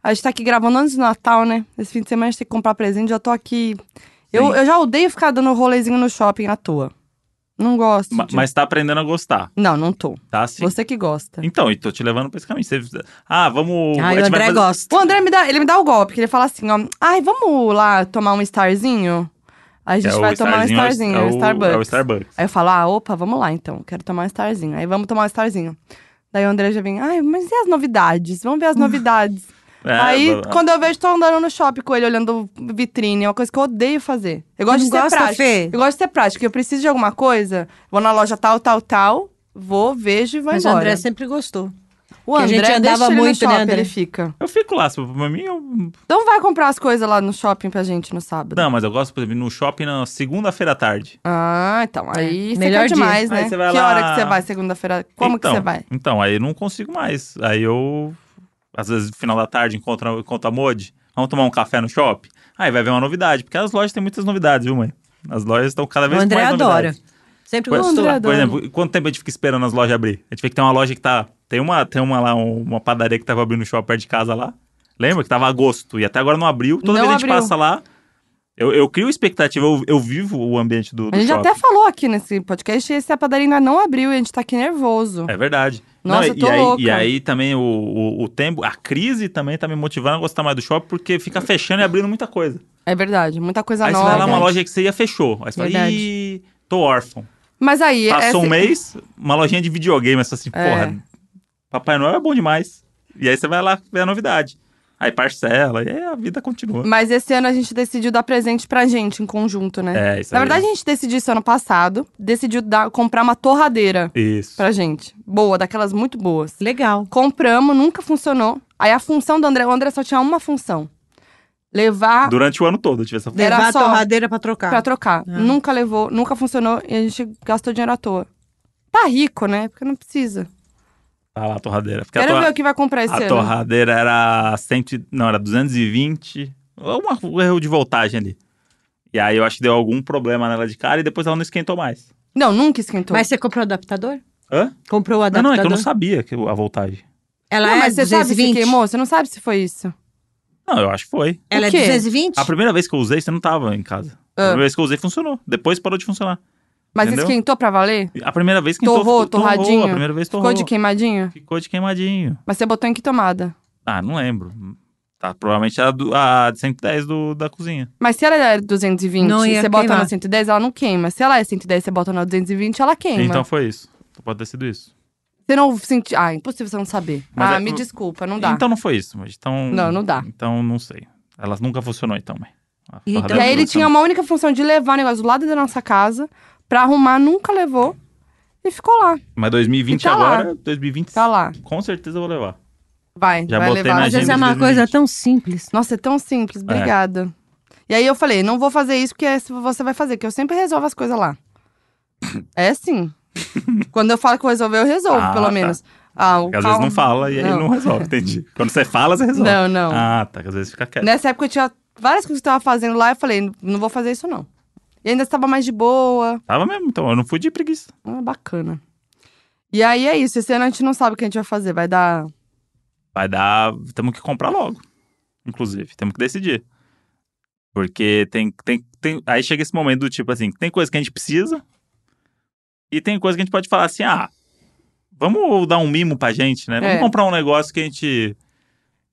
S2: A gente tá aqui gravando antes do Natal, né? Esse fim de semana a gente tem que comprar presente, já tô aqui. Eu,
S1: Sim.
S2: eu já odeio ficar dando rolezinho no shopping à toa. Não gosto.
S1: Ma-
S2: de-
S1: Mas tá aprendendo a gostar,
S2: Não, não tô.
S1: tá? Assim.
S2: Você que gosta.
S1: Então, e tô te levando pra esse caminho. Você... Ah, vamos. a
S3: Ai,
S1: gente vai
S3: o André
S1: fazer-
S3: gosta.
S2: O André me dá, ele me dá o golpe, que ele fala assim, ó. Ai, vamos lá tomar um starzinho? A gente
S1: É, o
S2: vai tomar um
S1: Starzinho
S2: Starzinho,
S1: é o-
S2: um Starbucks.
S1: É o Starbucks.
S2: Aí eu falo, ah, opa, vamos lá então, quero tomar um Starzinho. Aí vamos tomar um Starzinho. Daí o André já vem, ai, mas e as novidades? Vamos ver as novidades.
S1: É,
S2: Aí,
S1: blá, blá.
S2: quando eu vejo, tô andando no shopping com ele, olhando vitrine. É uma coisa que eu odeio fazer. Eu gosto
S3: Não
S2: de ser
S3: gosta,
S2: prática.
S3: Fê?
S2: Eu gosto de ser prática. Eu preciso de alguma coisa, vou na loja tal, tal, tal, vou, vejo e vou
S3: Mas o
S2: embora.
S3: André sempre gostou.
S2: o
S3: que a
S2: André
S3: gente andava
S2: deixa ele no
S3: muito, né,
S2: shopping,
S3: André?
S2: ele fica.
S1: Eu fico lá, se- pra mim eu...
S2: Então vai comprar as coisas lá no shopping pra gente no sábado.
S1: Não, mas eu gosto, por exemplo, no shopping na segunda-feira à tarde.
S2: Ah, então, aí você
S3: É. melhor
S2: quer
S3: dia.
S2: demais, né?
S1: Aí você vai
S2: que
S1: lá-
S2: hora que você vai segunda-feira? Como
S1: então,
S2: que você vai?
S1: Então, aí eu não consigo mais. Aí eu, às vezes, no final da tarde, encontro, encontro a Modi. Vamos tomar um café no shopping? Aí vai ver uma novidade, porque as lojas têm muitas novidades, viu, mãe? As lojas estão cada
S3: O
S1: vez
S3: André
S1: mais
S3: adora.
S1: novidades.
S3: Sempre
S1: Por,
S3: gostou.
S2: André
S1: por
S2: adora.
S1: exemplo, quanto tempo a gente fica esperando as lojas abrir? A gente vê que tem uma loja que tá... Tem uma, tem uma lá, um- uma padaria que tava abrindo no shopping perto de casa lá. Lembra que tava agosto e até agora não abriu. Toda vez
S2: Não
S1: que a gente
S2: abriu.
S1: passa lá... Eu, eu crio expectativa, eu, eu vivo o ambiente do, do
S2: A gente
S1: shopping.
S2: até falou aqui nesse podcast, esse é a padaria ainda não abriu e a gente tá aqui nervoso.
S1: É verdade.
S2: Nossa,
S1: Não,
S2: tô
S1: e, aí,
S2: louca.
S1: e aí também o, o, o tempo, a crise também tá me motivando a gostar mais do shopping, porque fica fechando e abrindo muita coisa.
S2: É, verdade, muita coisa
S1: aí você
S2: nova.
S1: vai lá uma loja que você ia fechou. Aí você fala,
S2: Verdade.
S1: ih, tô órfão.
S2: Mas aí,
S1: Passou
S2: essa-
S1: um mês, uma lojinha de videogame, essa assim,
S2: É.
S1: porra, Papai Noel é bom demais. E aí você vai lá ver a novidade. Aí parcela, e aí a vida continua.
S2: mas esse ano a gente decidiu dar presente pra gente em conjunto, né?
S1: É, isso
S2: Na
S1: aí.
S2: verdade, a gente decidiu isso ano passado, decidiu dar- comprar uma torradeira
S1: Isso.
S2: pra gente. Boa, daquelas muito boas.
S3: Legal.
S2: Compramos, nunca funcionou. Aí a função do André, o André só tinha uma função: levar
S1: Durante o ano todo eu tive essa
S2: Era
S3: Levar a
S2: só-
S3: torradeira pra trocar. Ah.
S2: pra trocar. Nunca levou, nunca funcionou e a gente gastou dinheiro à toa. Tá rico, né? Porque não precisa.
S1: ah, lá, a torradeira. Porque a
S2: Quero
S1: torra-
S2: ver o que vai comprar esse
S1: A
S2: ano.
S1: torradeira era 100, não, era 220. Uma- Um erro de voltagem ali. E aí eu acho que deu algum problema nela de cara e depois ela não esquentou mais.
S2: Não, nunca esquentou.
S3: Mas você comprou o adaptador?
S1: Hã?
S3: Comprou o
S1: Não,
S3: adaptador?
S1: não, é que eu não sabia que a voltagem.
S3: Ela
S2: não,
S3: é
S2: mas você sabe se
S3: 220?
S2: queimou? Você não sabe se foi isso.
S1: Não, eu acho que foi.
S3: Ela
S2: O
S3: é
S2: quê?
S3: 220?
S1: A primeira vez que eu usei, você não tava em casa. A
S2: Ah.
S1: primeira vez que eu usei, funcionou. Depois parou de funcionar.
S2: Mas
S1: Entendeu?
S2: esquentou pra valer?
S1: A primeira vez que
S2: Torrou,
S1: ficou-
S2: torradinho.
S1: A primeira vez torrou.
S2: Ficou de queimadinho?
S1: Ficou de queimadinho.
S2: Mas você botou em que tomada?
S1: Ah, não lembro. Tá, provavelmente era do- a de 110 do, da cozinha.
S2: Mas se ela é 220
S3: Não
S2: e
S3: ia
S2: você bota
S3: queimar.
S2: na 110, ela não queima. Se ela é 110 e você bota na 220, ela queima.
S1: Então foi isso. Pode ter sido isso.
S2: Você não sentiu. Ah, impossível você não saber.
S1: Mas
S2: ah,
S1: é-
S2: me desculpa, não dá.
S1: Então não foi isso, mas então.
S2: Não, não dá.
S1: Então não sei. Elas nunca funcionou então, mãe. A
S3: E
S1: torradeira
S2: e aí
S1: não
S2: ele tinha
S1: funcionou.
S2: uma única função de levar o negócio do lado da nossa casa pra arrumar, nunca levou. E ficou lá,
S1: Mas 2020
S2: E tá lá.
S1: agora, 2020.
S2: tá lá.
S1: Com certeza eu vou levar.
S2: Vai,
S1: Já
S2: vai
S1: botei
S2: levar.
S1: na
S3: Às vezes é
S1: agenda de
S3: uma
S1: 220.
S3: coisa tão simples.
S2: Nossa, é tão simples, obrigada. E aí eu falei, não vou fazer isso porque é se você vai fazer, que eu sempre resolvo as coisas lá. é sim. Quando eu falo que eu resolver, eu resolvo,
S1: Ah,
S2: pelo
S1: tá.
S2: menos. Ah, o
S1: Porque às
S2: carro-
S1: vezes não fala e aí
S2: Não.
S1: não resolve, entendi. Quando você fala, você resolve.
S2: Não, não.
S1: Ah, tá. que Às vezes fica quieto.
S2: Nessa época eu tinha várias coisas que eu tava fazendo lá, eu falei, não vou fazer isso não. E ainda estava mais de boa,
S1: Tava mesmo, então. Eu não fui de preguiça.
S2: ah, bacana. E aí é isso, esse ano a gente não sabe o que a gente vai fazer, vai dar
S1: Vai dar. Temos que comprar logo. Inclusive, temos que decidir. Porque tem, tem, tem. Aí chega esse momento do tipo assim: tem coisa que a gente precisa. E tem coisa que a gente pode falar assim: ah, vamos dar um mimo pra gente, né? Vamos
S2: É.
S1: comprar um negócio que a gente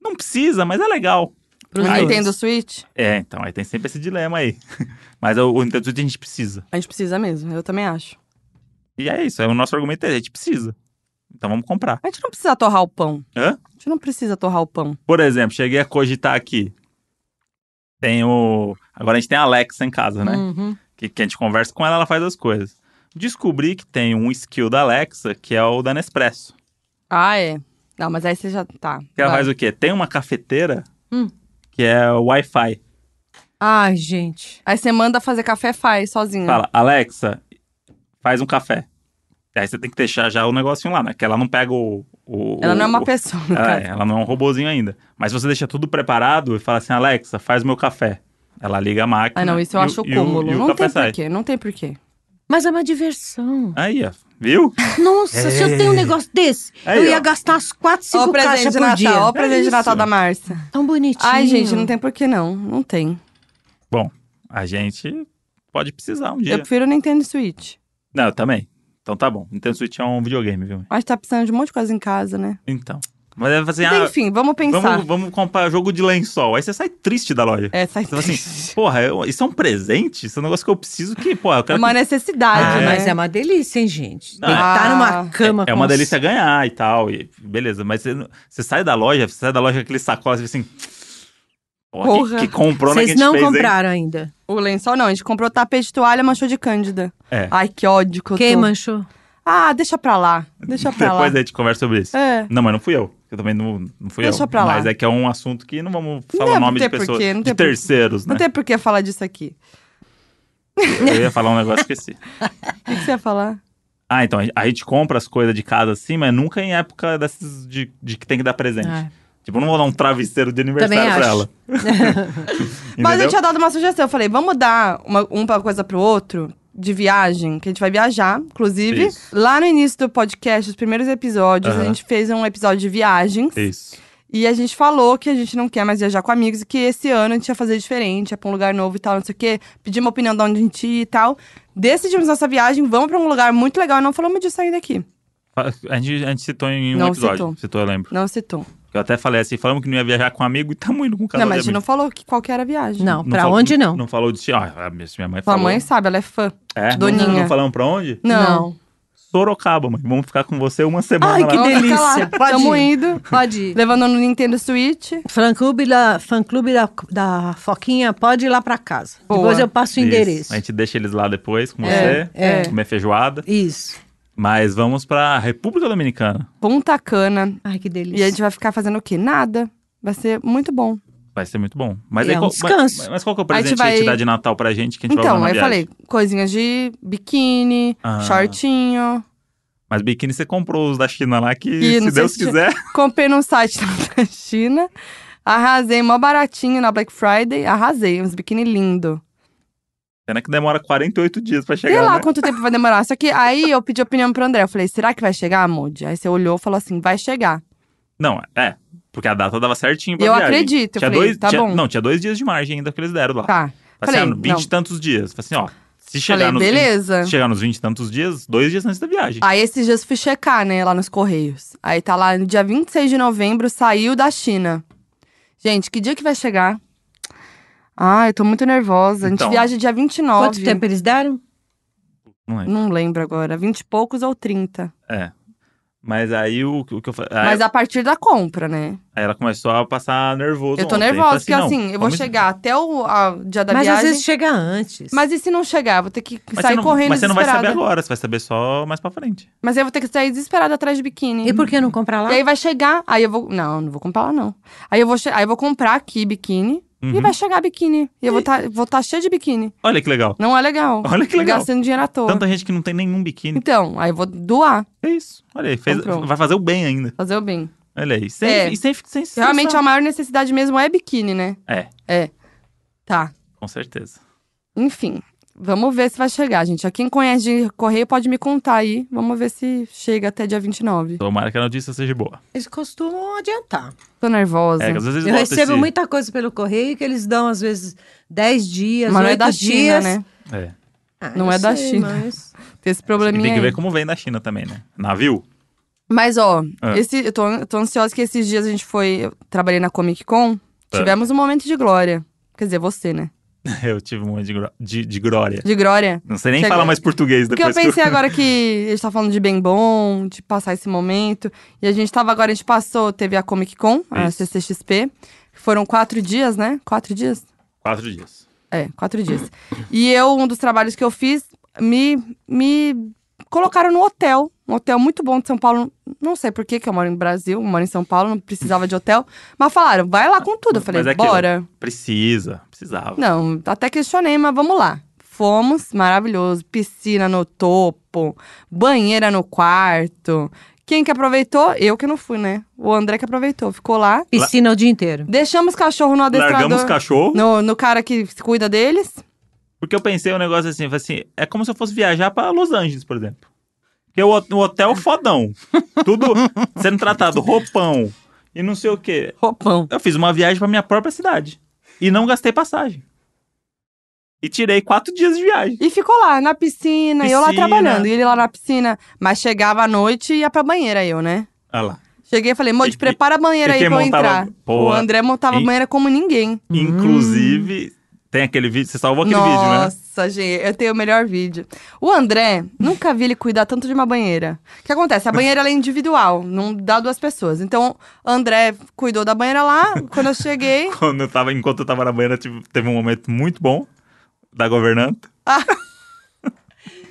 S1: não precisa, mas é legal.
S2: pro
S3: Uhum.
S1: Aí-
S2: Nintendo Switch.
S1: É, então, aí tem sempre esse dilema aí. mas o, o Nintendo Switch a gente precisa.
S2: A gente precisa mesmo, eu também acho.
S1: E é isso. É o nosso argumento é: a gente precisa. Então vamos comprar.
S2: A gente não precisa torrar o pão.
S1: Hã?
S2: A gente não precisa torrar o pão.
S1: Por exemplo, cheguei a cogitar aqui. Tem o. Agora a gente tem a Alexa em casa, né?
S2: Hum.
S3: Uhum.
S1: que, que a gente conversa com ela, ela faz as coisas. Descobri que tem um skill da Alexa, que é o da Nespresso.
S2: Ah, é. Não, mas aí você já tá.
S1: Que ela
S2: vai.
S1: faz o quê? Tem uma cafeteira
S3: Hum.
S1: que é o Wi-Fi.
S3: Ai, gente.
S2: Aí você manda fazer café, faz sozinha.
S1: Fala, Alexa, faz um café. Aí você tem que deixar já o negocinho lá, né? Que ela não pega o. o-
S2: Ela não é uma
S1: o-
S2: pessoa, no
S1: Ela,
S2: caso.
S1: é, ela não é um robozinho ainda. Mas você deixa tudo preparado e fala assim, Alexa, faz o meu café. Ela liga a máquina.
S2: Ah, não, isso eu
S1: e o-
S2: acho o
S1: e o-
S2: cúmulo.
S1: e o
S2: não
S1: café
S2: tem
S1: sai.
S2: porquê, não tem porquê.
S3: Mas é uma diversão.
S1: Aí, ó. Viu?
S3: Nossa, se eu tenho um negócio desse,
S1: É. Aí,
S3: eu
S1: ó.
S3: ia gastar as quatro,
S2: Ó
S3: cinco
S2: o presente
S3: caixas
S2: de
S3: por
S2: Natal,
S3: dia.
S2: ó o presente de
S1: É isso.
S2: Natal da Márcia.
S3: Tão bonitinho.
S2: Ai, gente, não tem porquê não. Não tem.
S1: A gente pode precisar um
S2: Eu
S1: dia.
S2: prefiro o Nintendo Switch.
S1: Não, eu também. Então tá bom. Nintendo Switch é um videogame, viu?
S2: A gente tá precisando de um monte de coisa em casa, né?
S1: Então. Mas deve fazer assim,
S2: Então,
S1: ah,
S2: enfim, vamos pensar.
S1: vamos, vamos comprar jogo de lençol. Aí você sai triste da loja.
S2: É, sai
S1: Você fala assim, porra, eu- isso é um presente? Isso é um negócio que eu preciso que, porra, eu
S2: É
S1: quero
S2: uma
S1: que...
S2: necessidade,
S3: Ah,
S2: né?
S3: mas é uma delícia, hein, gente?
S1: Não,
S3: Deitar
S2: é-
S3: numa cama
S1: Ah. É
S3: com
S1: uma
S3: os-
S1: delícia ganhar e tal, e beleza. Mas você, não- você sai da loja, você sai da loja com aquele sacola, você fica assim... Porra, que-
S2: Porra.
S1: Que, comprou né, que a
S3: Vocês
S1: gente
S3: não
S1: fez, hein?
S3: compraram ainda.
S2: O lençol não, a gente comprou tapete de toalha, manchou de cândida.
S1: É.
S2: Ai, que ódio que eu
S3: Quem
S2: tô.
S3: manchou?
S2: Ah, deixa pra lá. Deixa pra lá.
S1: Depois a gente conversa sobre isso.
S2: É.
S1: Não, mas não fui eu. Eu também não, não fui
S2: Deixa
S1: eu.
S2: pra lá.
S1: Mas é que é um assunto que não vamos
S2: Não
S1: falar o nome de
S2: tem
S1: pessoas.
S2: porquê, não
S1: de
S2: tem porquê.
S1: terceiros,
S2: Não
S1: né?
S2: tem por que falar disso aqui.
S1: Eu ia falar um negócio e esqueci.
S2: O que, que você ia falar?
S1: Ah, então, a gente compra as coisas de casa assim, mas nunca em época dessas de, de que tem que dar presente.
S2: É.
S3: Ah.
S1: Tipo, eu não vou dar um travesseiro de
S3: Também
S1: aniversário pra
S3: acho.
S1: ela.
S2: Mas eu
S1: Entendeu?
S2: tinha dado uma sugestão. Eu falei, vamos dar uma, um pra coisa pro outro de viagem, que a gente vai viajar, inclusive.
S1: Isso.
S2: Lá no início do podcast, os primeiros episódios, a
S1: Aham.
S2: gente fez um episódio de viagens.
S1: Isso.
S2: E a gente falou que a gente não quer mais viajar com amigos e que esse ano a gente ia fazer diferente, ia pra um lugar novo e tal, não sei o quê. Pedimos opinião de onde a gente ia e tal. Decidimos nossa viagem, vamos pra um lugar muito legal. Não falamos disso ainda aqui.
S1: A gente, a gente citou em um
S2: Não
S1: episódio.
S2: citou.
S1: eu lembro.
S2: Não citou.
S1: Eu até falei assim, falamos que não ia viajar com um amigo e tamo indo com um casal
S2: não, mas a
S1: de
S2: gente não
S1: amigos.
S2: falou que qual que era a viagem.
S3: Não, pra
S1: falou-
S3: onde não?
S1: Não falou de... Ah, minha minha mãe
S2: Sua
S1: falou.
S2: mãe sabe, ela é fã.
S1: É,
S2: doninha.
S1: Não, não falamos pra onde?
S2: Não.
S1: Sorocaba, mãe. Vamos ficar com você uma semana
S3: Ai,
S1: lá.
S3: que
S2: Vamos ficar lá.
S3: delícia. Pode
S2: Tamo
S3: ir.
S2: indo,
S3: Pode ir.
S2: levando no Nintendo Switch.
S3: Fã clube da, fã clube da, da Foquinha, pode ir lá pra casa.
S2: Boa.
S3: Depois eu passo o
S1: Isso.
S3: endereço.
S1: A gente deixa eles lá depois com
S3: É,
S1: você,
S3: é.
S1: comer feijoada.
S3: Isso.
S1: Mas vamos pra República Dominicana.
S2: Punta Cana.
S3: Ai, que delícia.
S2: E é a gente vai ficar fazendo o quê? Nada. Vai ser muito bom.
S1: Vai ser muito bom. Mas
S3: É
S1: aí
S3: um
S1: qual-
S3: descanso.
S1: Mas, mas qual que é o
S2: A gente
S1: presente que
S2: vai-
S1: ia te dar de Natal pra gente que a gente vai
S2: Então,
S1: usar na
S2: aí eu
S1: viagem?
S2: falei, coisinhas de biquíni,
S1: Ah.
S2: shortinho.
S1: Mas biquíni você comprou os da China lá que,
S2: E não
S1: se
S2: sei
S1: Deus
S2: se tinha-
S1: quiser.
S2: Comprei num site da China. Arrasei, mó baratinho na Black Friday. Arrasei, uns biquíni lindo.
S1: Pena que demora 48 dias pra chegar,
S2: Sei lá
S1: né?
S2: quanto tempo vai demorar. Só que aí eu pedi opinião pro André. Eu falei, será que vai chegar, Moody? Aí você olhou e falou assim, vai chegar.
S1: Não, é. Porque a data dava certinho pra
S2: Eu
S1: viagem.
S2: acredito, eu
S1: Tinha
S2: falei,
S1: dois,
S2: tá
S1: tinha-
S2: bom.
S1: Não, tinha dois dias de margem ainda que eles deram lá.
S2: Tá.
S1: Falei,
S2: Falei,
S1: assim, ah, 20
S2: não. É.
S1: e tantos dias. Falei assim, ó, se chegar,
S2: Falei,
S1: nos,
S2: beleza.
S1: se chegar nos 20 e tantos dias, dois dias antes da viagem.
S2: Aí esses dias eu fui checar, né, lá nos Correios. Aí tá lá, no dia 26 de novembro, saiu da China. Gente, que dia que vai chegar? Ah, eu tô muito nervosa. A gente
S1: Então.
S2: viaja dia 29.
S3: Quanto tempo eles deram?
S1: Não é lembro.
S2: Não lembro agora. 20 e poucos ou 30.
S1: É. Mas aí o, o que Ah, eu falei. Aí,
S2: Mas a partir da compra, né?
S1: aí ela começou a passar nervoso.
S2: eu tô
S1: ontem.
S2: nervosa,
S1: Falei
S2: porque
S1: não,
S2: assim, eu vou
S1: vamos-
S2: chegar até o a- dia da
S3: Mas às
S2: viagem.
S3: vezes chega antes.
S2: Mas e se não chegar? Vou ter que
S1: Mas
S2: sair
S1: você não,
S2: correndo
S1: Mas você não vai
S2: desesperada.
S1: saber agora, você vai saber só mais pra frente.
S2: Mas aí eu vou ter que sair desesperada atrás de biquíni.
S3: E por que não comprar lá?
S2: E aí vai chegar, aí eu vou. Não, não vou comprar lá, não. Aí eu vou, che- aí eu vou comprar aqui biquíni. E
S1: Uhum.
S2: vai chegar biquíni. E eu vou estar vou tá cheia de biquíni.
S1: Olha que legal.
S2: Não é legal.
S1: Olha que legal.
S2: Gastando dinheiro à toa.
S1: Tanta gente que não tem nenhum biquíni.
S2: Então, aí eu vou doar,
S1: É isso. Olha aí, fez-
S2: Comprou.
S1: vai fazer o bem ainda.
S2: fazer o bem.
S1: Olha aí. Sem,
S2: É.
S1: E sem, sem, sem
S2: Realmente a
S1: sensação.
S2: maior necessidade mesmo é biquíni, né?
S1: É,
S2: Tá.
S1: com certeza.
S2: Enfim, vamos ver se vai chegar, gente. Quem conhece de correio pode me contar aí. Vamos ver se chega até dia 29.
S1: Tomara que a notícia seja boa.
S3: Eles costumam adiantar.
S2: Tô nervosa.
S1: É, que às vezes
S3: Eu
S1: bota
S3: recebo
S1: esse-
S3: muita coisa pelo correio que eles dão, às vezes, 10 dias,
S2: Mas não é
S3: oito
S2: da China,
S3: dias.
S2: né?
S1: É.
S3: Ah,
S2: Não
S3: eu
S2: é da
S3: sei,
S2: China.
S3: mas-
S2: Tem esse
S1: E
S2: probleminha
S1: tem que
S2: aí.
S1: ver como vem da China também, né? Navio?
S2: Mas, ó,
S1: Ah.
S2: esse, eu tô, eu tô ansiosa que esses dias a gente foi. Eu trabalhei na Comic Con,
S1: Ah.
S2: tivemos um momento de glória. Quer dizer, você, né?
S1: Eu tive um monte de, gro... de, de glória.
S2: De glória.
S1: Não sei nem
S2: Chega-
S1: falar mais português
S2: Porque
S1: depois
S2: eu pensei agora que a gente tá falando de bem bom, de passar esse momento. E a gente tava agora, a gente passou, teve a Comic Con, a
S1: Isso.
S2: CCXP. Foram quatro dias, né? Quatro dias?
S1: Quatro dias.
S2: É, quatro dias. E eu, um dos trabalhos que eu fiz, me, me colocaram no hotel. Um hotel muito bom de São Paulo. Não sei por que que eu moro no Brasil, eu moro em São Paulo, não precisava de hotel. Mas falaram, vai lá com tudo. Eu falei,
S1: Mas é aquilo.
S2: bora.
S1: Precisa, precisava.
S2: Não, até questionei, mas vamos lá. Fomos, maravilhoso. Piscina no topo, banheira no quarto. Quem que aproveitou? Eu que não fui, né? O André que aproveitou, ficou lá.
S3: Piscina o dia inteiro.
S2: Deixamos cachorro no adestrador.
S1: Largamos o cachorro.
S2: No, no cara que cuida deles.
S1: Porque eu pensei um negócio assim, eu falei assim, é como se eu fosse viajar pra Los Angeles, por exemplo. Porque o, hot- o hotel fodão. Tudo sendo tratado, roupão e não sei o quê.
S2: Roupão.
S1: Eu fiz uma viagem pra minha própria cidade. E não gastei passagem. E tirei quatro dias de viagem.
S2: E ficou lá, na piscina, e eu lá
S1: Piscina.
S2: trabalhando. E ele lá na piscina. Mas chegava à noite e ia pra banheira eu, né?
S1: Olha lá.
S2: Cheguei e falei, Modi,
S1: E-
S2: prepara a banheira
S1: e quem
S2: aí pra eu
S1: montava-
S2: entrar.
S1: Pô,
S2: o André montava a
S1: e-
S2: banheira como ninguém.
S1: Inclusive, tem aquele vídeo. Você salvou aquele vídeo, né?
S2: Nossa, gente, eu tenho o melhor vídeo. O André, nunca vi ele cuidar tanto de uma banheira. O que acontece? A banheira ela é individual, não dá duas pessoas. Então, André cuidou da banheira lá, quando eu cheguei.
S1: Quando eu tava, enquanto eu tava na banheira, tive- teve um momento muito bom da governanta.
S2: O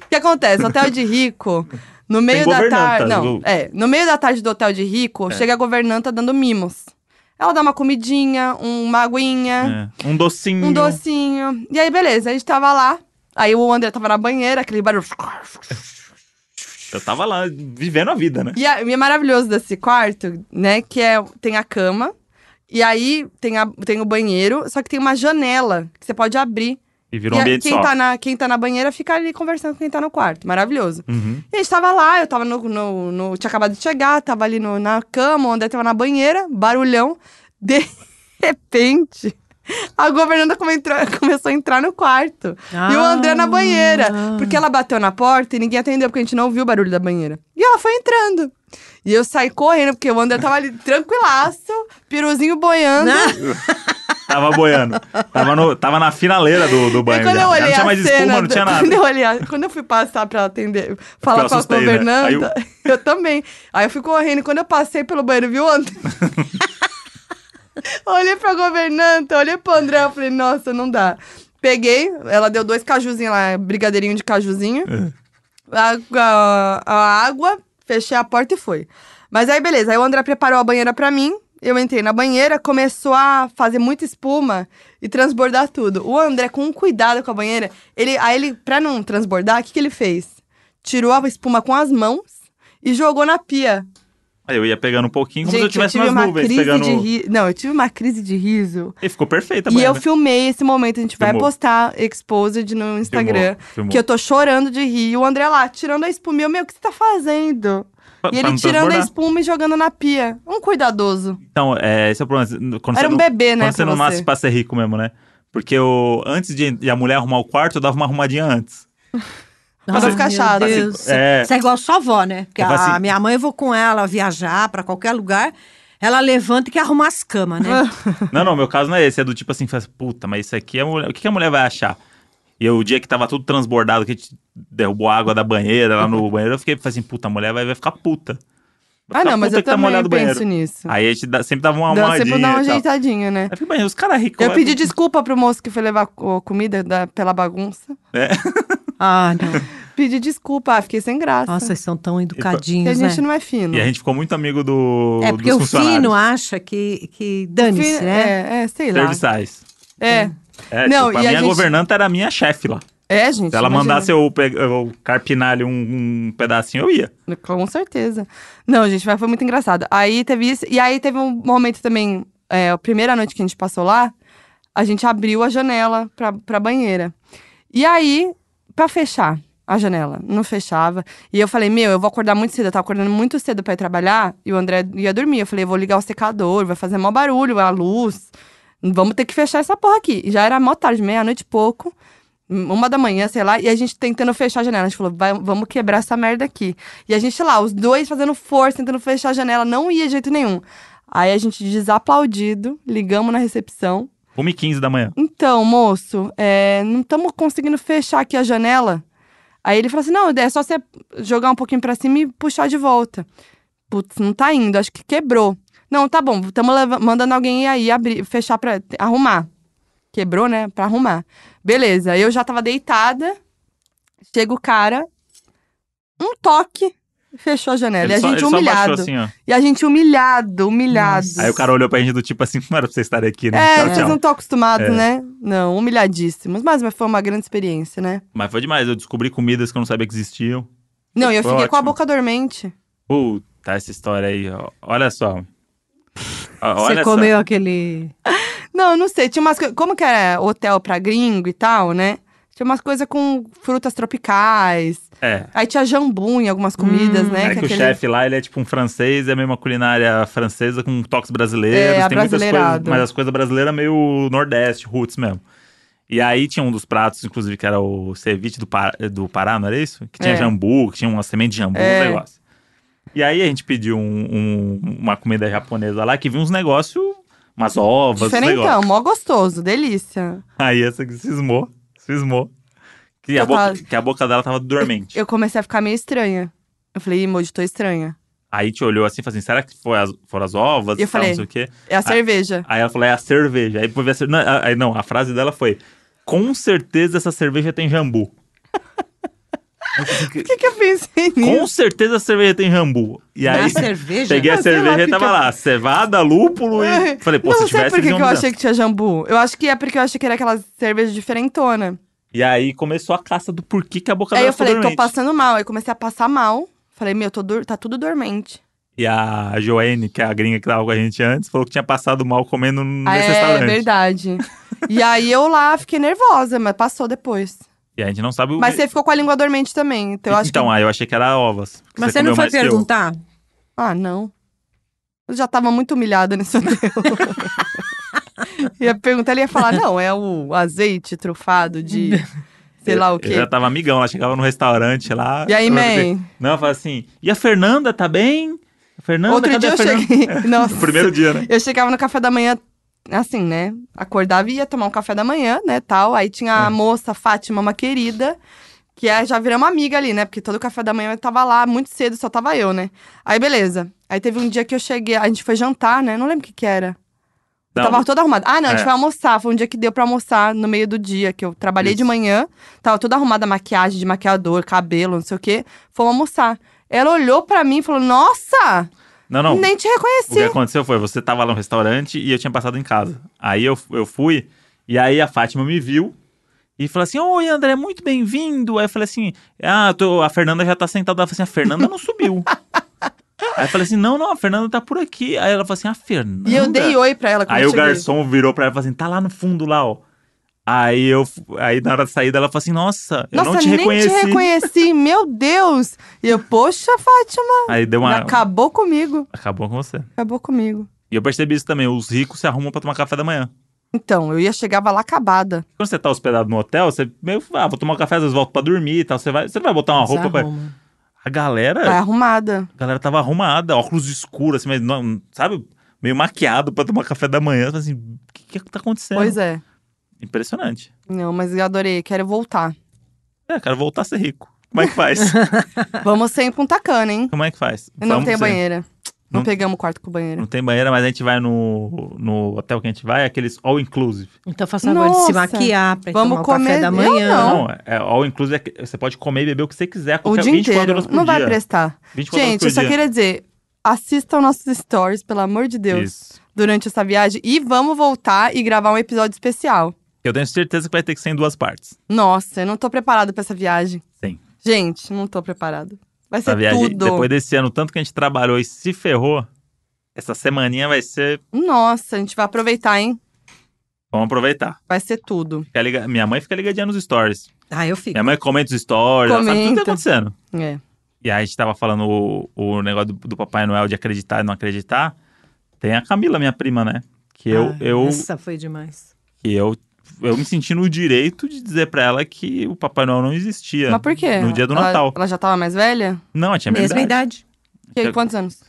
S2: que acontece? Hotel de rico, no meio da
S1: governanta, né,
S2: tarde. Não,
S1: Lu. É.
S2: é. No meio da tarde do hotel de rico, chega a governanta dando mimos. Ela dá uma comidinha, um, uma aguinha.
S1: É. Um docinho.
S2: Um docinho. E aí, beleza, a gente tava lá. Aí o André tava na banheira, aquele barulho.
S1: Eu tava lá vivendo a vida, né?
S2: E, a- e é maravilhoso desse quarto, né? Que é, tem a cama, e aí tem, a- tem o banheiro, só que tem uma janela que você pode abrir.
S1: E virou um
S2: e a-
S1: ambiente
S2: quem,
S1: só.
S2: tá na, quem tá na banheira fica ali conversando com quem tá no quarto. Maravilhoso.
S1: Uhum.
S2: E a gente tava lá, eu tava no. no- no- tinha acabado de chegar, tava ali no- na cama, o André tava na banheira, barulhão. De repente, a governanta come- entrou- começou a entrar no quarto. E o André na banheira. Porque ela bateu na porta e ninguém atendeu, porque a gente não ouviu o barulho da banheira. E ela foi entrando. E eu saí correndo, porque o André tava ali tranquilaço, piruzinho boiando.
S1: Tava boiando. tava, no, tava na finaleira do, do
S2: Aí
S1: banheiro.
S2: É quando
S1: já.
S2: eu
S1: Já
S2: olhei
S1: não tinha
S2: a
S1: mais
S2: cena,
S1: espuma, não tinha nada.
S2: quando eu olhei, a- quando eu fui passar pra atender,
S1: Eu
S2: falar com a
S1: assustei, né?
S2: governanta,
S1: Aí
S2: eu...
S1: eu-
S2: também. Aí eu fui correndo, e quando eu passei pelo banheiro, viu ontem? olhei pra governanta, olhei pro André, eu falei, nossa, não dá. Peguei, ela deu dois cajuzinhos lá, brigadeirinho de cajuzinho,
S1: Uhum.
S2: a, a- a água, fechei a porta e foi. Mas aí, beleza, aí o André preparou a banheira pra mim, eu entrei na banheira, começou a fazer muita espuma e transbordar tudo. O André, com um cuidado com a banheira, ele, aí ele, pra não transbordar, o que, que ele fez? Tirou a espuma com as mãos e jogou na pia.
S1: Aí eu ia pegando um pouquinho, como
S2: Gente,
S1: se eu tivesse
S2: tive
S1: umas
S2: uma
S1: nuvens
S2: crise
S1: pegando.
S2: de ri... Não, eu tive uma crise de riso.
S1: E ficou perfeita, a
S2: e eu
S1: banheira.
S2: filmei esse momento, a gente vai
S1: né? Filmou.
S2: postar Exposed no Instagram.
S1: filmou.
S2: Que eu tô chorando de rir. E o André lá, tirando a espuma. Eu, meu, o que você tá fazendo?
S1: Pra-
S2: e
S1: pra
S2: ele
S1: não
S2: tirando a
S1: transbordar.
S2: espuma e jogando na pia. Um cuidadoso.
S1: Então, é, esse é o problema. Quando você
S2: Era
S1: não-
S2: um bebê, né,
S1: Quando você
S2: pra
S1: não
S2: você.
S1: nasce pra ser rico mesmo, né? Porque eu, antes de, de a mulher arrumar o quarto, eu dava uma arrumadinha antes.
S2: Pra não ficar chato.
S3: Meu Deus.
S1: Assim, é.
S3: Isso é igual sua avó, né? Porque
S1: Eu falo
S3: a
S1: assim-
S3: minha mãe, eu vou com ela viajar pra qualquer lugar, ela levanta e quer arrumar as camas, né?
S1: Não, não, meu caso não é esse. É do tipo assim, faz, puta, mas isso aqui é mulher. O que que a mulher vai achar? E eu, o dia que tava tudo transbordado, que a gente derrubou a água da banheira lá no banheiro, eu fiquei falei assim, puta, a mulher vai, vai ficar puta. Vai
S2: Ah,
S1: ficar
S2: não, mas
S1: puta
S2: eu
S1: que tá
S2: também
S1: molhado
S2: penso
S1: o banheiro.
S2: nisso.
S1: Aí a gente dá- sempre dava uma
S2: Dá-
S1: almohadinha.
S2: sempre dá uma
S1: e tal. É
S2: ajeitadinha, né?
S1: Aí eu falei, "Mas os caras ricos.
S2: Eu
S1: vai-
S2: pedi desculpa pro moço que foi levar co- comida da- pela bagunça.
S3: Ah, não.
S2: Pedi desculpa, ah, fiquei sem graça.
S3: Nossa, vocês são tão
S2: Porque a
S3: educadinhos, né?
S2: gente não é fino.
S1: E a gente ficou muito amigo do,
S3: É porque
S1: dos
S3: o
S1: funcionários.
S3: Fino acha que, que dane-se,
S2: Fi-
S3: né?
S2: É, é, sei lá.
S1: Serviçais.
S2: É.
S1: É,
S2: Não,
S1: tipo, a
S2: e a
S1: minha
S2: gente-
S1: governanta era a minha chefe lá.
S2: É, gente.
S1: Se ela
S2: imagina.
S1: mandasse eu, pe- eu carpinar ali um, um pedacinho, eu ia.
S2: Com certeza. Não, gente, mas foi muito engraçado. Aí teve isso. E aí teve um momento também. É, a primeira noite que a gente passou lá, a gente abriu a janela pra, pra banheira. E aí, pra fechar a janela, não fechava. E eu falei, meu, eu vou acordar muito cedo. Eu tava acordando muito cedo pra ir trabalhar. E o André ia dormir. Eu falei, eu vou ligar o secador, vai fazer mó barulho, a luz. Vamos ter que fechar essa porra aqui. E já era mó tarde, meia-noite e pouco. Uma da manhã, sei lá, e a gente tentando fechar a janela. A gente falou, vai, vamos quebrar essa merda aqui. E a gente lá, os dois fazendo força, tentando fechar a janela, não ia de jeito nenhum. Aí a gente desaplaudido, ligamos na recepção.
S1: 1h15 da manhã.
S2: Então, moço, é, não estamos conseguindo fechar aqui a janela. Aí ele falou assim: não, é só você jogar um pouquinho pra cima e puxar de volta. Putz, não tá indo, acho que quebrou. Não, tá bom, estamos mandando alguém ir aí abrir, fechar pra arrumar. Quebrou, né? Pra arrumar. Beleza, eu já tava deitada, chega o cara, um toque, fechou a janela. e a
S1: só-
S2: gente
S1: só
S2: humilhado.
S1: abaixou assim, ó.
S2: E a gente humilhado, humilhado.
S1: Aí o cara olhou pra gente do tipo assim, não era pra vocês estarem aqui, né?
S2: É,
S1: Tchau,
S2: vocês
S1: tchau.
S2: não estão acostumados,
S1: É.
S2: né? Não, humilhadíssimos. Mas, mas foi uma grande experiência, né?
S1: Mas foi demais, eu descobri comidas que eu não sabia que existiam.
S2: Não, e eu
S1: Foi
S2: fiquei com a
S1: ótimo.
S2: boca dormente.
S1: Puta, essa história aí, ó. Olha só. Ó, Olha
S3: Você
S1: só.
S3: comeu aquele.
S2: Não, não sei, tinha umas coisas. Como que era hotel pra gringo e tal, né? Tinha umas coisas com frutas tropicais.
S1: É.
S2: Aí tinha jambu em algumas comidas, né?
S1: É que,
S2: que
S1: o
S2: aquele-
S1: chefe lá, ele é tipo um francês, é meio uma culinária francesa com toques brasileiros,
S2: É,
S1: tem muitas coisas,
S2: abrasileirado.
S1: mas as coisas brasileiras meio nordeste, roots mesmo. E aí tinha um dos pratos, inclusive, que era o ceviche do Pará, do Pará não era isso? Que tinha
S2: É.
S1: jambu, que tinha uma semente de jambu, um negócio. E aí a gente pediu um- um- uma comida japonesa lá que vinha uns negócios, umas ovas, uns negócios.
S2: Diferentão, mó gostoso, delícia.
S1: Aí essa que cismou, cismou. Que a,
S2: Eu
S1: boca,
S2: tava-
S1: que a boca dela tava dormente.
S2: Eu comecei a ficar meio estranha. Eu falei, "Ih, Moji, tô estranha.
S1: Aí te olhou assim, falou assim, será que foi as- foram as ovas?
S2: Eu
S1: tal,
S2: falei.
S1: Não sei o quê.
S2: É a cerveja.
S1: Aí ela falou, é a cerveja. Aí foi ver a cer- não, a- aí não, a frase dela foi, com certeza essa cerveja tem jambu. Eu falei assim,
S2: Por que, que eu pensei nisso?
S1: com certeza essa cerveja tem jambu. E
S3: Na
S1: aí,
S3: cerveja?
S1: peguei a
S2: Ah, sei lá,
S1: cerveja e
S2: porque
S1: tava
S2: eu-
S1: lá, cevada, lúpulo e... Falei, pô,
S2: não
S1: se
S2: sei
S1: tivesse...
S2: por que,
S1: vinha
S2: que
S1: uma
S2: eu
S1: mudança.
S2: achei que tinha jambu. Eu acho que é porque eu achei que era aquela cerveja diferentona.
S1: E aí começou a caça do porquê que a boca
S2: Aí
S1: dela
S2: eu
S1: ficou
S2: falei, tô
S1: dormente.
S2: passando mal. Aí comecei a passar mal. Falei, meu, tô dor- tá tudo dormente.
S1: E a Joane, que é a gringa que tava com a gente antes, falou que tinha passado mal comendo nesse
S2: Ah, é
S1: restaurante.
S2: verdade. e aí eu lá fiquei nervosa, mas passou depois.
S1: E a gente não sabe o
S2: Mas
S1: que...
S2: você ficou com a língua dormente também. Então eu acho
S1: Então,
S2: que.
S1: aí eu achei que era ovas. que
S3: Mas você não
S1: comeu
S3: foi
S1: mais que eu.
S3: perguntar?
S2: Ah, não. Eu já tava muito humilhada nesse hotel. ia perguntar, ele ia falar, não, é o azeite trufado de sei lá o
S1: Eu já
S2: quê.
S1: tava amigão, ela chegava no restaurante lá.
S2: E aí,
S1: eu
S2: man?
S1: falei- Não, ela falava assim, e a Fernanda, tá bem? A Fernanda,
S2: Outro
S1: cadê
S2: dia
S1: a
S2: eu
S1: Fernanda?
S2: cheguei. Nossa.
S1: No primeiro dia, né?
S2: Eu chegava no café da manhã, assim, né? Acordava e ia tomar um café da manhã, né, tal. Aí
S1: É.
S2: tinha a moça, Fátima, uma querida, que é, já virou uma amiga ali, né? Porque todo café da manhã eu tava lá, muito cedo, só tava eu, né? Aí, beleza. Aí teve um dia que eu cheguei, a gente foi jantar, né? Não lembro o que que era. Eu
S1: Não,
S2: tava toda arrumada. Ah, não, a gente
S1: É.
S2: foi almoçar. Foi um dia que deu pra almoçar no meio do dia, que eu trabalhei de
S1: Isso.
S2: manhã. Tava toda arrumada, maquiagem, de maquiador, cabelo, não sei o quê. Fomos almoçar. Ela olhou pra mim e falou, nossa,
S1: não, não.
S2: nem
S1: O que
S2: te reconheci.
S1: aconteceu foi, você tava lá no restaurante e eu tinha passado em casa. Aí eu, eu fui, e aí a Fátima me viu e falou assim: Oi, André, muito bem-vindo. Aí eu falei assim: Ah, tô- a Fernanda já tá sentada. Ela falou assim: A Fernanda não subiu. aí eu falei assim: Não, não, a Fernanda tá por aqui. Aí ela falou assim: A Fernanda.
S2: E eu dei oi pra ela quando
S1: Aí
S2: eu
S1: o
S2: cheguei.
S1: garçom virou pra ela e falou assim: Tá lá no fundo lá, ó. Aí eu, aí na hora de saída ela falou assim: Nossa, eu
S2: Nossa,
S1: não te
S2: nem
S1: reconheci.
S2: te reconheci, meu Deus! E eu, poxa, Fátima,
S1: Aí deu uma.
S2: acabou comigo,
S1: Acabou com você.
S2: acabou comigo.
S1: E eu percebi isso também: os ricos se arrumam pra tomar café da manhã.
S2: Então, eu ia chegava lá acabada.
S1: Quando você tá hospedado no hotel, você meio que fala, ah, vou tomar um café, às vezes volto pra dormir e tal. Você, vai, você não vai botar uma roupa pra...
S3: Desarruma.
S1: A galera,
S2: Vai arrumada.
S1: a galera tava arrumada, óculos escuros, assim, mas não, sabe? Meio maquiado pra tomar café da manhã. Você fala assim, o que que tá acontecendo?
S2: Pois é.
S1: Impressionante.
S2: Não, mas eu adorei, quero voltar.
S1: É, cara, voltar a ser rico. Como é que faz?
S2: Vamos sem com tacana, hein?
S1: Como é que faz?
S2: Eu não
S1: Vamos
S2: tenho
S1: ser-
S2: banheira. Não,
S1: Não-
S2: pegamos o quarto com banheira.
S1: Não tem banheira, mas a gente vai no, no hotel que a gente vai, é aqueles all inclusive.
S3: Então faça favor de se
S2: Nossa.
S3: maquiar, pra ir
S2: Vamos
S3: tomar o café
S2: comer-
S3: da
S2: Eu
S3: manhã.
S2: não.
S1: Não, é, all inclusive, é que você pode comer e beber o que você quiser,
S2: O
S1: qualquer
S2: dia
S1: 24
S2: inteiro.
S1: horas por
S2: Não
S1: dia.
S2: vai prestar.
S1: 24
S2: Gente, é eu
S1: horas por
S2: só
S1: dia.
S2: queria dizer, assistam nossos stories, pelo amor de Deus,
S1: Isso.
S2: durante essa viagem. E vamos voltar e gravar um episódio especial.
S1: Eu tenho certeza que vai ter que ser em duas partes.
S2: Nossa, eu não tô preparada pra essa viagem.
S1: Sim.
S2: Gente, não tô preparada. Vai ser
S1: Essa viagem,
S2: é tudo.
S1: depois desse ano, tanto que a gente trabalhou e se ferrou, essa semaninha vai ser.
S2: Nossa, a gente vai aproveitar, hein?
S1: Vamos aproveitar.
S2: Vai ser tudo.
S1: Fica liga- Minha mãe fica ligadinha nos stories.
S3: Ah, eu fico.
S1: Minha mãe comenta os stories, ela sabe tudo que
S2: Comenta.
S1: tá acontecendo.
S2: É.
S1: E aí a gente tava falando o, o negócio do, do Papai Noel de acreditar e não acreditar. Tem a Camila, minha prima, né? Que eu,
S3: Ah,
S1: eu,
S3: Essa foi demais.
S1: que eu, eu me senti no direito de dizer pra ela que o Papai Noel não existia.
S2: Mas por quê?
S1: É. No dia do
S2: Ela-
S1: Natal.
S2: Ela já tava mais velha?
S1: Não, eu tinha minha
S3: Mesma
S1: idade.
S3: idade.
S2: Que,
S1: Eu-
S2: quantos anos?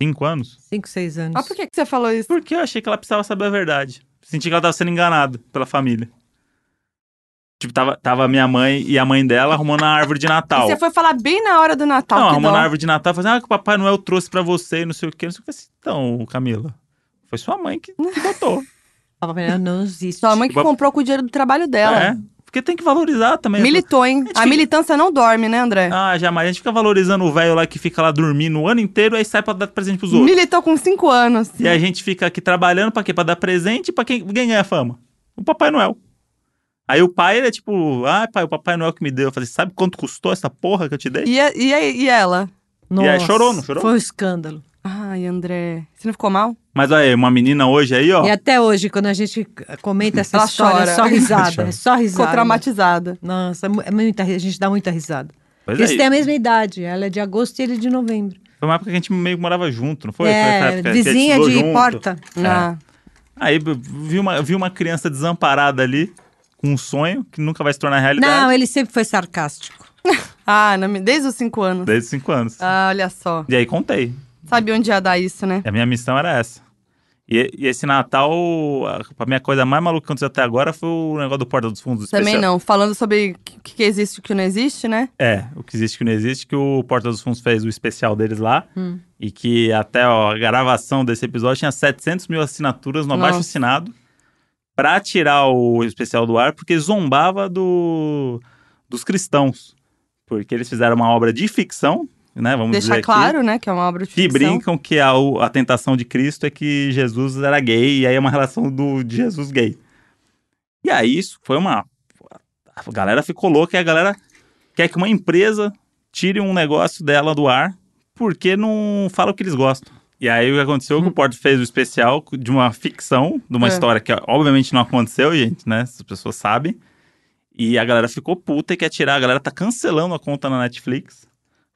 S1: Cinco anos.
S3: Cinco, seis anos.
S2: Ah, por que, que você falou isso?
S1: Porque eu achei que ela precisava saber a verdade. Senti que ela tava sendo enganada pela família. Tipo, tava, tava minha mãe e a mãe dela arrumando a árvore de Natal.
S2: Você foi falar bem na hora do Natal.
S1: não,
S2: que
S1: arrumando
S2: dó.
S1: a árvore de Natal, fazendo, ah, que o Papai Noel trouxe pra você, e não sei o quê. Não sei o que. Eu falei assim, Então, Camila, foi sua mãe que, que botou.
S3: Papai Noel não existe.
S2: Sua mãe que
S1: Tipo,
S2: comprou com o dinheiro do trabalho dela.
S1: É, porque tem que valorizar também.
S2: Militou,
S1: É
S2: hein? A
S1: difícil.
S2: militância não dorme, né, André?
S1: Ah, jamais. A gente fica valorizando o velho lá que fica lá dormindo o ano inteiro, aí sai pra dar presente pros outros.
S2: Militou com cinco anos.
S1: E a gente fica aqui trabalhando pra quê? Pra dar presente e pra quem, quem ganha fama? O Papai Noel. Aí o pai, ele é tipo, ah, pai, o Papai Noel que me deu. Eu falei, sabe quanto custou essa porra que eu te dei?
S2: E, a- e, a- e ela?
S1: E aí,
S3: Nossa,
S1: chorou, não chorou?
S3: Foi um escândalo.
S2: Ai, André. Você não ficou mal?
S1: Mas olha aí, uma menina hoje aí, ó.
S3: E até hoje, quando a gente comenta essa
S2: Ela
S3: história,
S2: chora.
S3: é só risada. é só
S2: Ficou
S3: risada.
S2: traumatizada.
S3: Nossa, é mu- é muita, ri- a gente dá muita risada.
S1: Pois
S3: Porque
S1: é,
S3: eles têm a mesma idade. Ela é de agosto e ele é de novembro.
S1: Foi uma época que a gente meio que morava junto, não foi? Foi essa
S3: é,
S1: época que a gente
S3: vizinha
S1: estudou
S3: de
S1: junto.
S3: porta.
S1: É.
S2: Ah,
S1: Aí b- vi uma, vi uma criança desamparada ali, com um sonho que nunca vai se tornar realidade.
S3: Não, ele sempre foi sarcástico.
S2: Ah, na mi- desde os cinco anos.
S1: desde os 5 anos.
S2: Ah, olha só.
S1: E aí contei.
S2: Sabe onde ia dar isso, né?
S1: A minha missão era essa. E, e esse Natal, a, a minha coisa mais maluca que aconteceu até agora foi o negócio do Porta dos Fundos.
S2: Também
S1: especial.
S2: não. Falando sobre o que, que existe e o que não existe, né?
S1: É, o que existe e o que não existe, que o Porta dos Fundos fez o especial deles lá.
S2: Hum.
S1: E que até ó, a gravação desse episódio tinha 700 mil assinaturas no
S2: Nossa.
S1: abaixo assinado pra tirar o especial do ar, porque zombava do, dos cristãos. Porque eles fizeram uma obra de ficção, né? Vamos dizer
S2: Deixar
S1: aqui.
S2: claro, né, que é uma obra de
S1: Que
S2: ficção.
S1: brincam que a, o- a tentação de Cristo é que Jesus era gay, e aí é uma relação do, de Jesus gay. E aí isso foi uma. A galera ficou louca e a galera quer que uma empresa tire um negócio dela do ar porque não fala o que eles gostam. E aí o que aconteceu é que o Porto fez o especial de uma ficção, de uma
S2: Uhum. É.
S1: história que obviamente não aconteceu, gente, né? As pessoas sabem. E a galera ficou puta e quer tirar. A galera tá cancelando a conta na Netflix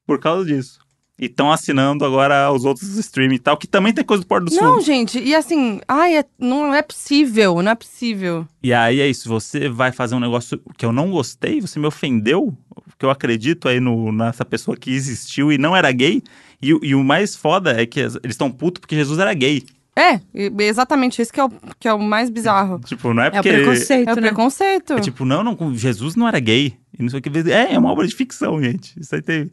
S1: por causa disso. E estão assinando agora os outros streaming e tal, que também tem coisa do Porto dos
S2: Não,
S1: Fundos.
S2: gente, e assim, ai, é- não é possível, não é possível.
S1: E aí é isso, você vai fazer um negócio que eu não gostei, você me ofendeu, que eu acredito aí no, nessa pessoa que existiu e não era gay. E, o- e o mais foda é que as- eles estão putos porque Jesus era gay.
S2: É, e- exatamente isso que é o, que é o mais bizarro.
S1: Tipo, não é
S3: É o
S1: porque.
S3: preconceito,
S2: É o
S3: né?
S2: preconceito.
S1: É tipo, não, não, com- Jesus não era gay. E não sei o que. É, é uma obra de ficção, gente. Isso aí teve.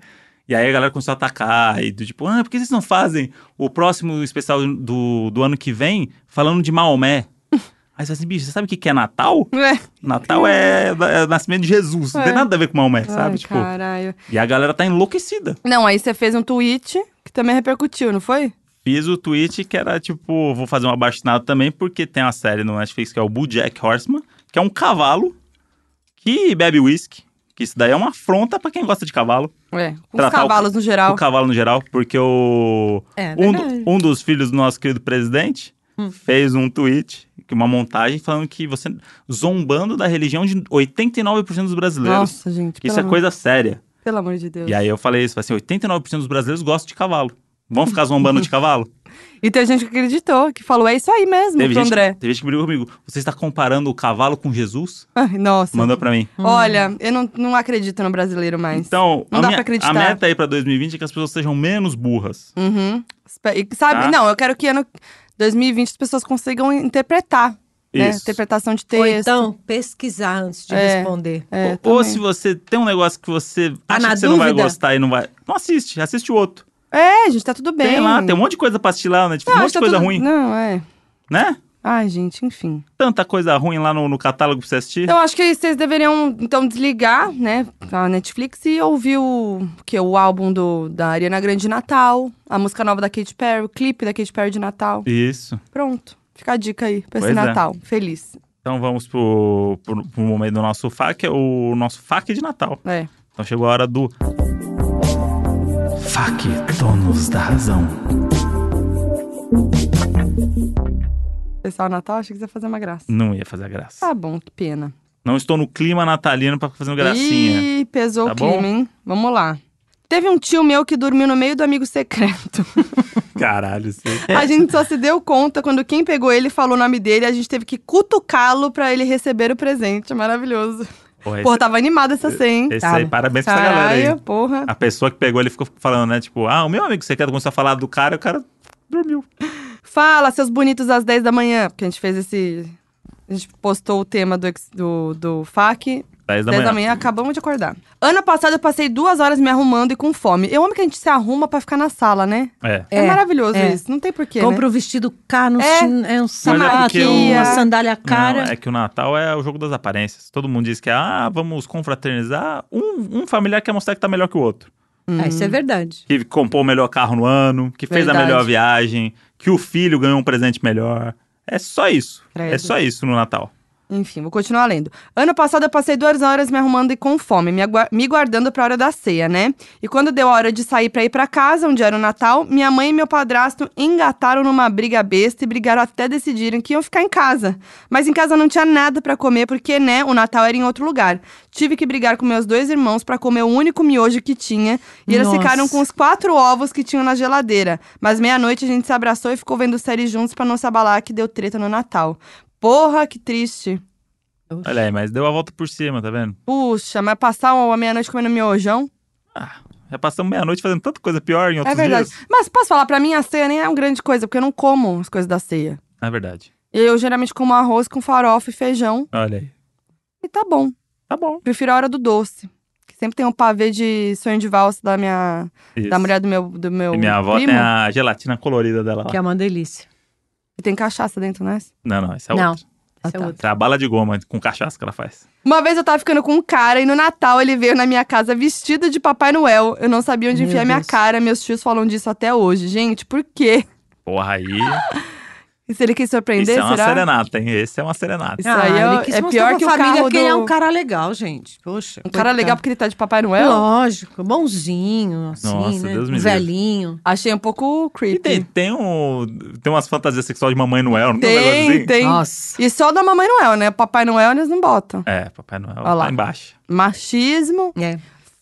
S1: E aí a galera começou a atacar, e do tipo, ah, por que vocês não fazem o próximo especial do, do ano que vem falando de Maomé? Aí você fala assim, bicho, você sabe o que que é Natal?
S2: É.
S1: Natal é, é o nascimento de Jesus, não
S2: É.
S1: tem nada a ver com Maomé, sabe?
S2: Ai,
S1: Tipo,
S2: caralho.
S1: e a galera tá enlouquecida.
S2: Não, aí você fez um tweet que também repercutiu, não foi?
S1: Fiz o tweet que era tipo, vou fazer um abastinado também, porque tem uma série no Netflix que é o Bojack Horseman, que é um cavalo que bebe uísque. Que isso daí é uma afronta pra quem gosta de cavalo.
S2: É, com os
S1: Tratar o-
S2: cavalos no geral.
S1: O cavalo no geral, porque o.
S3: É,
S1: um,
S3: verdade.
S1: do- um dos filhos do nosso querido presidente
S2: Hum.
S1: fez um tweet, que- uma montagem, falando que você. zombando da religião de 89% dos brasileiros.
S2: Nossa, gente,
S1: que
S2: pelo,
S1: isso é
S2: amor-
S1: coisa séria.
S2: pelo amor de Deus.
S1: E aí eu falei isso, falei assim, 89% dos brasileiros gostam de cavalo. Vão ficar zombando de cavalo?
S2: E tem gente que acreditou, que falou, é isso aí mesmo,
S1: Teve
S2: pro
S1: gente,
S2: André.
S1: teve gente que brigou comigo. Você está comparando o cavalo com Jesus?
S2: Ai, nossa.
S1: Mandou pra mim.
S2: Olha, eu não, não acredito no brasileiro mais.
S1: Hum. Então,
S2: Não
S1: a,
S2: dá
S1: minha-
S2: pra acreditar.
S1: a meta aí pra 2020 é que as pessoas sejam menos burras.
S2: Uhum. Espe- e Sabe,
S1: Tá.
S2: não, eu quero que ano 2020 as pessoas consigam interpretar, né?
S1: Isso.
S2: Interpretação de Um texto.
S3: Ou então, pesquisar antes de
S2: É.
S3: responder.
S2: É,
S1: ou, ou
S2: também. Tá
S1: se você tem um negócio que você acha
S3: na
S1: que você não vai
S3: dúvida?
S1: gostar e não vai... Não assiste, assiste o outro.
S2: É, gente, tá tudo bem.
S1: Tem lá, tem um monte de coisa pra assistir lá, né? Tipo,
S2: Não,
S1: um monte de
S2: acho que
S1: coisa
S2: tá tudo-
S1: ruim,
S2: Não, é.
S1: né?
S2: Ai, gente, enfim.
S1: Tanta coisa ruim lá no, no catálogo pra você assistir.
S2: Então, acho que vocês deveriam, então, desligar, né, a Netflix e ouvir o, que, o álbum do, da Ariana Grande de Natal, a música nova da Katy Perry, o clipe da Katy Perry de Natal.
S1: Isso. Pronto.
S2: Fica a dica aí pra esse
S1: Pois é.
S2: Natal. Feliz.
S1: Então vamos pro, pro, pro momento do nosso FAQ, que é o nosso FAQ de Natal.
S2: É.
S1: Então chegou a hora do. Factonos da Razão.
S2: Pessoal, Natal, achei que você ia fazer uma graça.
S1: Não ia fazer graça.
S2: Tá bom, que pena.
S1: Não estou no clima natalino pra fazer uma gracinha.
S2: Ih, pesou
S1: Tá
S2: o clima,
S1: bom?
S2: hein? Vamos lá. Teve um tio meu que dormiu no meio do amigo secreto.
S1: Caralho, você.
S2: A gente só se deu conta quando quem pegou ele falou o nome dele. A gente teve que cutucá-lo pra ele receber o presente. Maravilhoso.
S1: Porra, esse,
S2: Porra, tava animada essa senha, hein?
S1: esse aí,
S3: Tá.
S1: parabéns pra essa galera
S2: Caralho,
S1: aí. Ah.
S2: porra.
S1: A pessoa que pegou ele ficou falando, né? Tipo, ah, o meu amigo secreto começou a falar do cara e o cara dormiu.
S2: Fala, seus bonitos, às 10 da manhã. Porque a gente fez esse... A gente postou o tema do, ex- do, do FAQ
S1: 10 da
S2: 10
S1: manhã.
S2: da manhã, acabamos de acordar. Ano passado eu passei duas horas me arrumando e com fome. Eu amo que a gente se arruma pra ficar na sala, né?
S1: É.
S2: É,
S3: É,
S2: maravilhoso
S3: é.
S2: isso, não tem porquê,
S3: Compra
S2: né?
S3: o vestido cá, no
S2: É.
S3: chin- é um sapato,
S1: porque o-
S3: uma sandália cara.
S1: Não, é que o Natal é o jogo das aparências. Todo mundo diz que, ah, vamos confraternizar. Um, um familiar quer mostrar que tá melhor que o outro.
S3: Ah, isso é
S2: Hum.
S3: verdade.
S1: que comprou o melhor carro no ano, que fez a
S2: Verdade.
S1: melhor viagem, que o filho ganhou um presente melhor. É só isso.
S2: Credo.
S1: É só isso no Natal.
S2: Enfim, vou continuar lendo. Ano passado eu passei duas horas me arrumando e com fome, me, agua- me guardando pra hora da ceia, né? E quando deu a hora de sair pra ir pra casa, onde era o Natal, minha mãe e meu padrasto engataram numa briga besta e brigaram até decidirem que iam ficar em casa. Mas em casa não tinha nada pra comer porque, né, o Natal era em outro lugar. Tive que brigar com meus dois irmãos pra comer o único miojo que tinha e eles
S3: Nossa.
S2: ficaram com os quatro ovos que tinham na geladeira. Mas meia-noite a gente se abraçou e ficou vendo séries juntos pra não se abalar que deu treta no Natal. Porra, que triste.
S1: Olha aí, mas deu a volta por cima, tá vendo?
S2: Puxa, mas passar uma meia-noite comendo miojão?
S1: Ah, já passamos meia-noite fazendo tanta coisa pior em
S2: É
S1: outros
S2: verdade.
S1: dias.
S2: Mas posso falar, pra mim a ceia nem é uma grande coisa, porque eu não como as coisas da ceia.
S1: É verdade.
S2: Eu geralmente como arroz com farofa e feijão,
S1: Olha aí.
S2: e tá bom.
S1: Tá bom.
S2: Prefiro a hora do doce. Que sempre tem um pavê de sonho de valsa da minha.
S1: Isso.
S2: Da mulher do meu. Do meu
S1: E minha avó
S2: primo,
S1: tem a gelatina colorida dela lá.
S3: Que é uma delícia.
S2: E tem cachaça dentro, né?
S1: Não, não, essa é
S3: Não.
S1: outra.
S2: Ah,
S3: Essa é
S2: tá.
S3: outra.
S1: Essa é a bala de goma com cachaça que ela faz.
S2: Uma vez eu tava ficando com um cara e no Natal ele veio na minha casa vestido de Papai Noel. Eu não sabia onde
S3: Meu
S2: enfiar minha
S3: Deus.
S2: cara. Meus tios falam disso até hoje. Gente, por quê?
S1: Porra, aí.
S2: E se ele quis
S1: Isso
S2: surpreender,
S1: é uma
S2: será?
S1: serenata, hein? Esse é uma serenata.
S2: Isso aí é-
S3: Ah, ele quis
S2: é
S3: mostrar
S2: pior
S3: pra
S2: que o
S3: família
S2: carro
S3: que ele é um
S2: do-
S3: cara legal, gente. Poxa.
S2: Um cara legal porque ele tá de Papai Noel?
S3: Lógico, bonzinho, assim,
S1: Nossa,
S3: né?
S1: Deus me
S3: Um
S1: livre.
S3: velhinho.
S2: Achei um pouco
S1: E
S2: creepy.
S1: tem, tem, um, tem umas fantasias sexuais de Mamãe Noel, não tem um negócio
S2: tem.
S1: assim?
S2: tem.
S3: Nossa.
S2: E só da Mamãe Noel, né? Papai Noel eles não botam.
S1: É, Papai Noel
S2: Olha lá.
S1: tá embaixo.
S2: Machismo.
S3: É.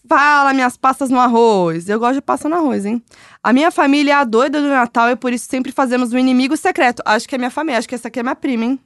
S2: Fala, minhas pastas no arroz. Eu gosto de pasta no arroz, hein? A minha família é a doida do Natal e por isso sempre fazemos um inimigo secreto. Acho que é minha família, acho que essa aqui é minha prima, hein?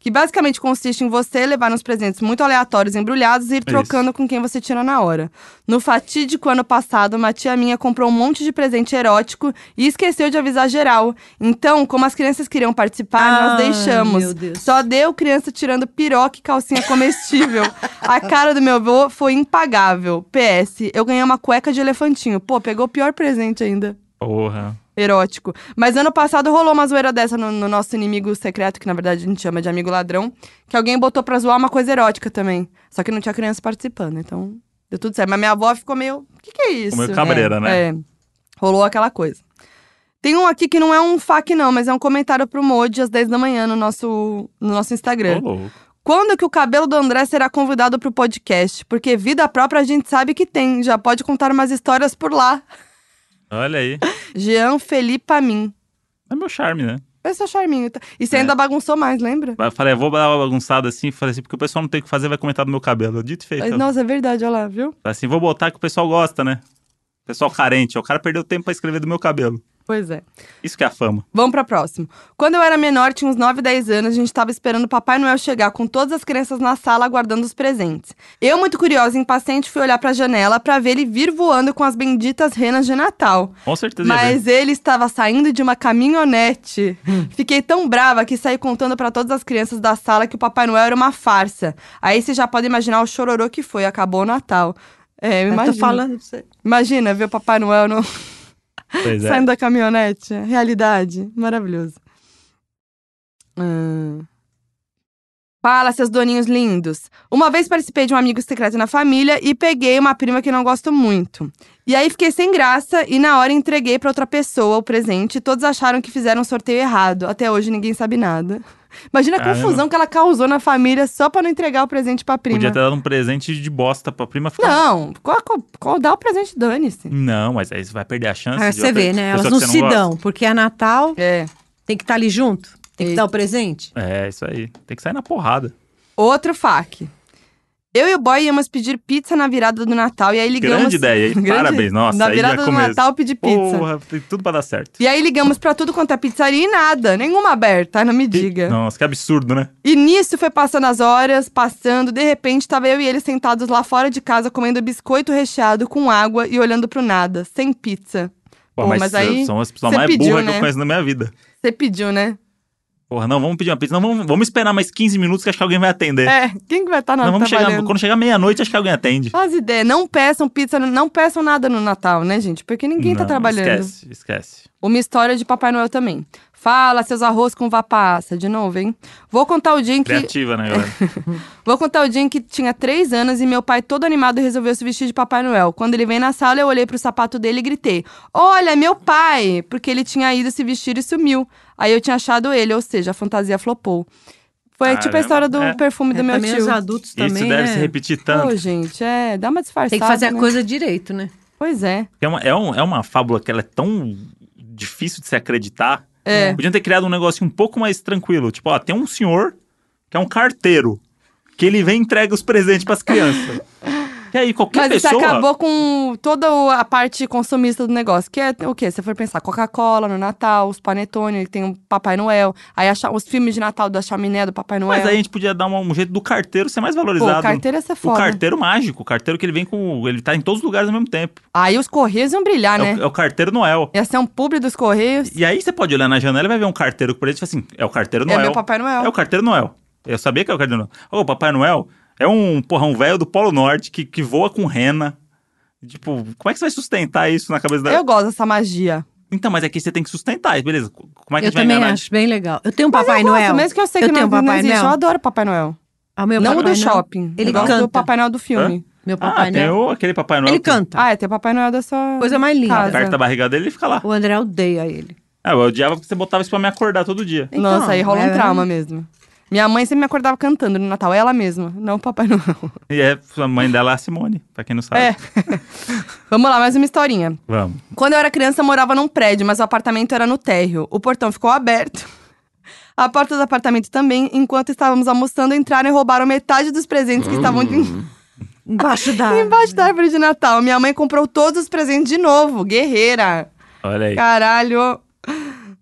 S2: Que basicamente consiste em você levar uns presentes muito aleatórios, embrulhados e ir trocando com quem você tira na hora. No fatídico ano passado, uma tia minha comprou um monte de presente erótico e esqueceu de avisar geral. Então, como as crianças queriam participar, nós
S3: Ai,
S2: deixamos.
S3: meu Deus.
S2: Só deu criança tirando piroca e calcinha comestível. A cara do meu avô foi impagável. PS, eu ganhei uma cueca de elefantinho. Pô, pegou o pior presente ainda.
S1: Porra.
S2: Erótico. Mas ano passado rolou uma zoeira dessa no, no nosso inimigo secreto, que na verdade a gente chama de amigo ladrão, que alguém botou pra zoar uma coisa erótica também. Só que não tinha criança participando, então deu tudo certo. Mas minha avó ficou meio. O que, que é isso?
S1: Como eu cabreira, né?
S2: É, rolou aquela coisa. Tem um aqui que não é um fac, não, mas é um comentário pro Modi às 10 da manhã no nosso, no nosso Instagram.
S1: Ô, louco.
S2: Quando que o cabelo do André será convidado pro podcast? Porque vida própria a gente sabe que tem, já pode contar umas histórias por lá.
S1: Olha aí.
S2: Jean Felipe Amin.
S1: É meu charme, né?
S2: Esse é charminho. tá? E você
S1: É.
S2: ainda bagunçou mais, lembra?
S1: Eu Falei, eu vou dar uma bagunçada assim, falei assim, porque o pessoal não tem o que fazer, vai comentar do meu cabelo. Dito e feito.
S2: Ai, Nossa, é verdade, olha lá, viu?
S1: Falei assim, vou botar que o pessoal gosta, né? O pessoal carente, ó, o cara perdeu tempo pra escrever do meu cabelo.
S2: Pois é.
S1: Isso que é a fama.
S2: Vamos pra próxima. Quando eu era menor, tinha uns 9, 10 anos, a gente tava esperando o Papai Noel chegar com todas as crianças na sala aguardando os presentes. Eu, muito curiosa e impaciente, fui olhar pra janela pra ver ele vir voando com as benditas renas de Natal.
S1: Com certeza é ia ver.
S2: Mas ele estava saindo de uma caminhonete. Fiquei tão brava que saí contando pra todas as crianças da sala que o Papai Noel era uma farsa. Aí você já pode imaginar o chororô que foi, acabou o Natal. É, eu
S3: Eu tô
S2: imagino.
S3: falando pra você.
S2: Imagina ver o Papai Noel no-
S1: Pois é.
S2: saindo da caminhonete. Realidade. Maravilhoso. Hum. Fala, seus doninhos lindos. Uma vez participei de um amigo secreto na família e peguei uma prima que não gosto muito. E aí fiquei sem graça e na hora entreguei pra outra pessoa o presente. e Todos acharam que fizeram um sorteio errado. Até hoje ninguém sabe nada. Imagina a
S1: Caramba.
S2: confusão que ela causou na família só pra não entregar o presente pra prima.
S1: Podia ter dado um presente de bosta pra prima ficar.
S2: Não, qual, qual- qual- dá o presente, dane-se.
S1: Não, mas aí você vai perder a chance.
S3: Aí
S1: de
S3: você
S1: outra
S3: vê,
S1: pessoa
S3: né? Elas
S1: que
S3: não
S1: você
S3: se
S1: gosta.
S3: dão, porque é Natal,
S2: É.
S3: tem que estar ali junto, tem que
S2: Eita.
S3: dar o presente.
S1: É, isso aí. Tem que sair na porrada.
S2: Outro fac. Eu e o boy íamos pedir pizza na virada do Natal e aí ligamos.
S1: Grande ideia, hein?
S2: Grande-
S1: Parabéns, nossa.
S2: Na
S1: aí
S2: virada
S1: já
S2: do
S1: começo.
S2: Natal pedir pizza.
S1: Porra, tem tudo pra dar certo.
S2: E aí ligamos pra tudo quanto é pizzaria e nada, nenhuma aberta, não me diga.
S1: Nossa, que absurdo, né?
S2: E nisso foi passando as horas, passando, de repente tava eu e ele sentados lá fora de casa comendo biscoito recheado com água e olhando pro nada, sem pizza.
S1: Pô,
S2: Pô,
S1: mas,
S2: mas aí
S1: são as pessoas
S2: você
S1: mais
S2: pediu,
S1: burras que
S2: né?
S1: eu conheço na minha vida.
S2: Você pediu, né?
S1: Porra, não, vamos pedir uma pizza. Não, vamos, vamos esperar mais 15 minutos que acho que alguém vai atender.
S2: É, quem que vai estar tá na
S1: não, vamos chegar.
S2: trabalhando?
S1: Quando chegar meia-noite, acho que alguém atende.
S2: Faz ideia, não peçam pizza, não peçam nada no Natal, né, gente? Porque ninguém tá
S1: Não,
S2: trabalhando.
S1: Esquece, esquece.
S2: Uma história de Papai Noel também. Fala, seus arroz com vapaça, de novo, hein? Vou contar o dia em que.
S1: Criativa, né, galera?
S2: Vou contar o dia em que tinha três anos e meu pai, todo animado, resolveu se vestir de Papai Noel. Quando ele veio na sala, eu olhei pro sapato dele e gritei: Olha, meu pai! Porque ele tinha ido se vestir e sumiu. Aí eu tinha achado ele, ou seja, a fantasia flopou. Foi tipo
S1: Caramba,
S2: a história do
S1: é.
S2: perfume do
S3: É,
S2: meu
S3: também
S2: tio.
S3: os adultos
S1: Isso
S3: também,
S1: deve
S3: né?
S1: se repetir
S2: Pô,
S1: tanto.
S2: gente, é, dá uma disfarçada.
S3: Tem que fazer a
S2: é né?
S3: coisa direito, né?
S2: Pois é.
S1: É uma, é, um- é uma fábula que ela é tão difícil de se acreditar.
S2: É.
S1: Podiam ter criado um negócio um pouco mais tranquilo. Tipo, ó, tem um senhor que é um carteiro. Que ele vem e entrega os presentes pras crianças. E aí, qualquer
S2: Mas isso
S1: pessoa.
S2: acabou com toda o- a parte consumista do negócio, que é o quê? Se for pensar Coca-Cola no Natal, os panetone, tem o Papai Noel, aí a cha- os filmes de Natal da chaminé do Papai Noel.
S1: Mas aí a gente podia dar uma- um jeito do carteiro ser mais
S2: é. Pô,
S1: valorizado.
S2: o carteiro ia ser
S1: O
S2: foda.
S1: carteiro mágico, o carteiro que ele vem com. Ele tá em todos os lugares ao mesmo tempo.
S2: Aí os Correios iam brilhar,
S1: É o-
S2: né?
S1: é o carteiro Noel.
S2: Ia ser um publi dos Correios,
S1: E aí você pode olhar na janela e vai ver um carteiro por aí e fala assim: é o carteiro
S2: é
S1: Noel.
S2: meu Papai Noel.
S1: É o carteiro Noel. Eu sabia que é o carteiro Noel. Ô, o Papai Noel é um porrão velho do Polo Norte que, que voa com rena. Tipo, como é que você vai sustentar isso na cabeça da.
S2: Eu gosto dessa magia.
S1: Então, mas aqui você tem que sustentar, beleza. Como é que a
S3: eu
S1: gente vai
S3: também
S1: enganar?
S3: acho bem legal. Eu tenho um
S2: Mas
S3: Papai
S2: eu gosto,
S3: Noel.
S2: Mesmo que eu sei
S3: Eu
S2: que não,
S3: tenho um
S2: não
S3: Papai
S2: existe,
S3: Noel.
S2: eu adoro Papai Noel.
S3: Ah, meu
S2: não o
S3: Papai
S2: do
S3: Noel.
S2: shopping.
S3: Ele
S2: eu gosto
S3: canta.
S2: do Papai Noel do filme.
S3: Meu
S1: Ah,
S3: Papai
S1: tem
S3: Noel.
S1: o, aquele Papai Noel
S3: Ele
S1: que
S3: canta. né?
S2: Ah, é, tem o Papai Noel da sua...
S3: Coisa mais linda.
S2: Casa.
S1: aperta a barriga dele e ele fica lá.
S3: O André odeia ele.
S1: Ah, eu odiava porque você botava isso pra me acordar todo dia.
S3: Então,
S2: Nossa, aí rola um
S3: é-
S2: trauma mesmo. Minha mãe sempre me acordava cantando no Natal, ela mesma, não o Papai Noel.
S1: E é, a mãe dela é a Simone, pra quem não sabe.
S2: É. Vamos lá, mais uma historinha.
S1: Vamos.
S2: Quando eu era criança, eu morava num prédio, mas o apartamento era no térreo. O portão ficou aberto. A porta do apartamento também, enquanto estávamos almoçando, entraram e roubaram metade dos presentes que estavam em-
S3: Embaixo da.
S2: embaixo da árvore de Natal. Minha mãe comprou todos os presentes de novo, guerreira.
S1: Olha aí.
S2: Caralho.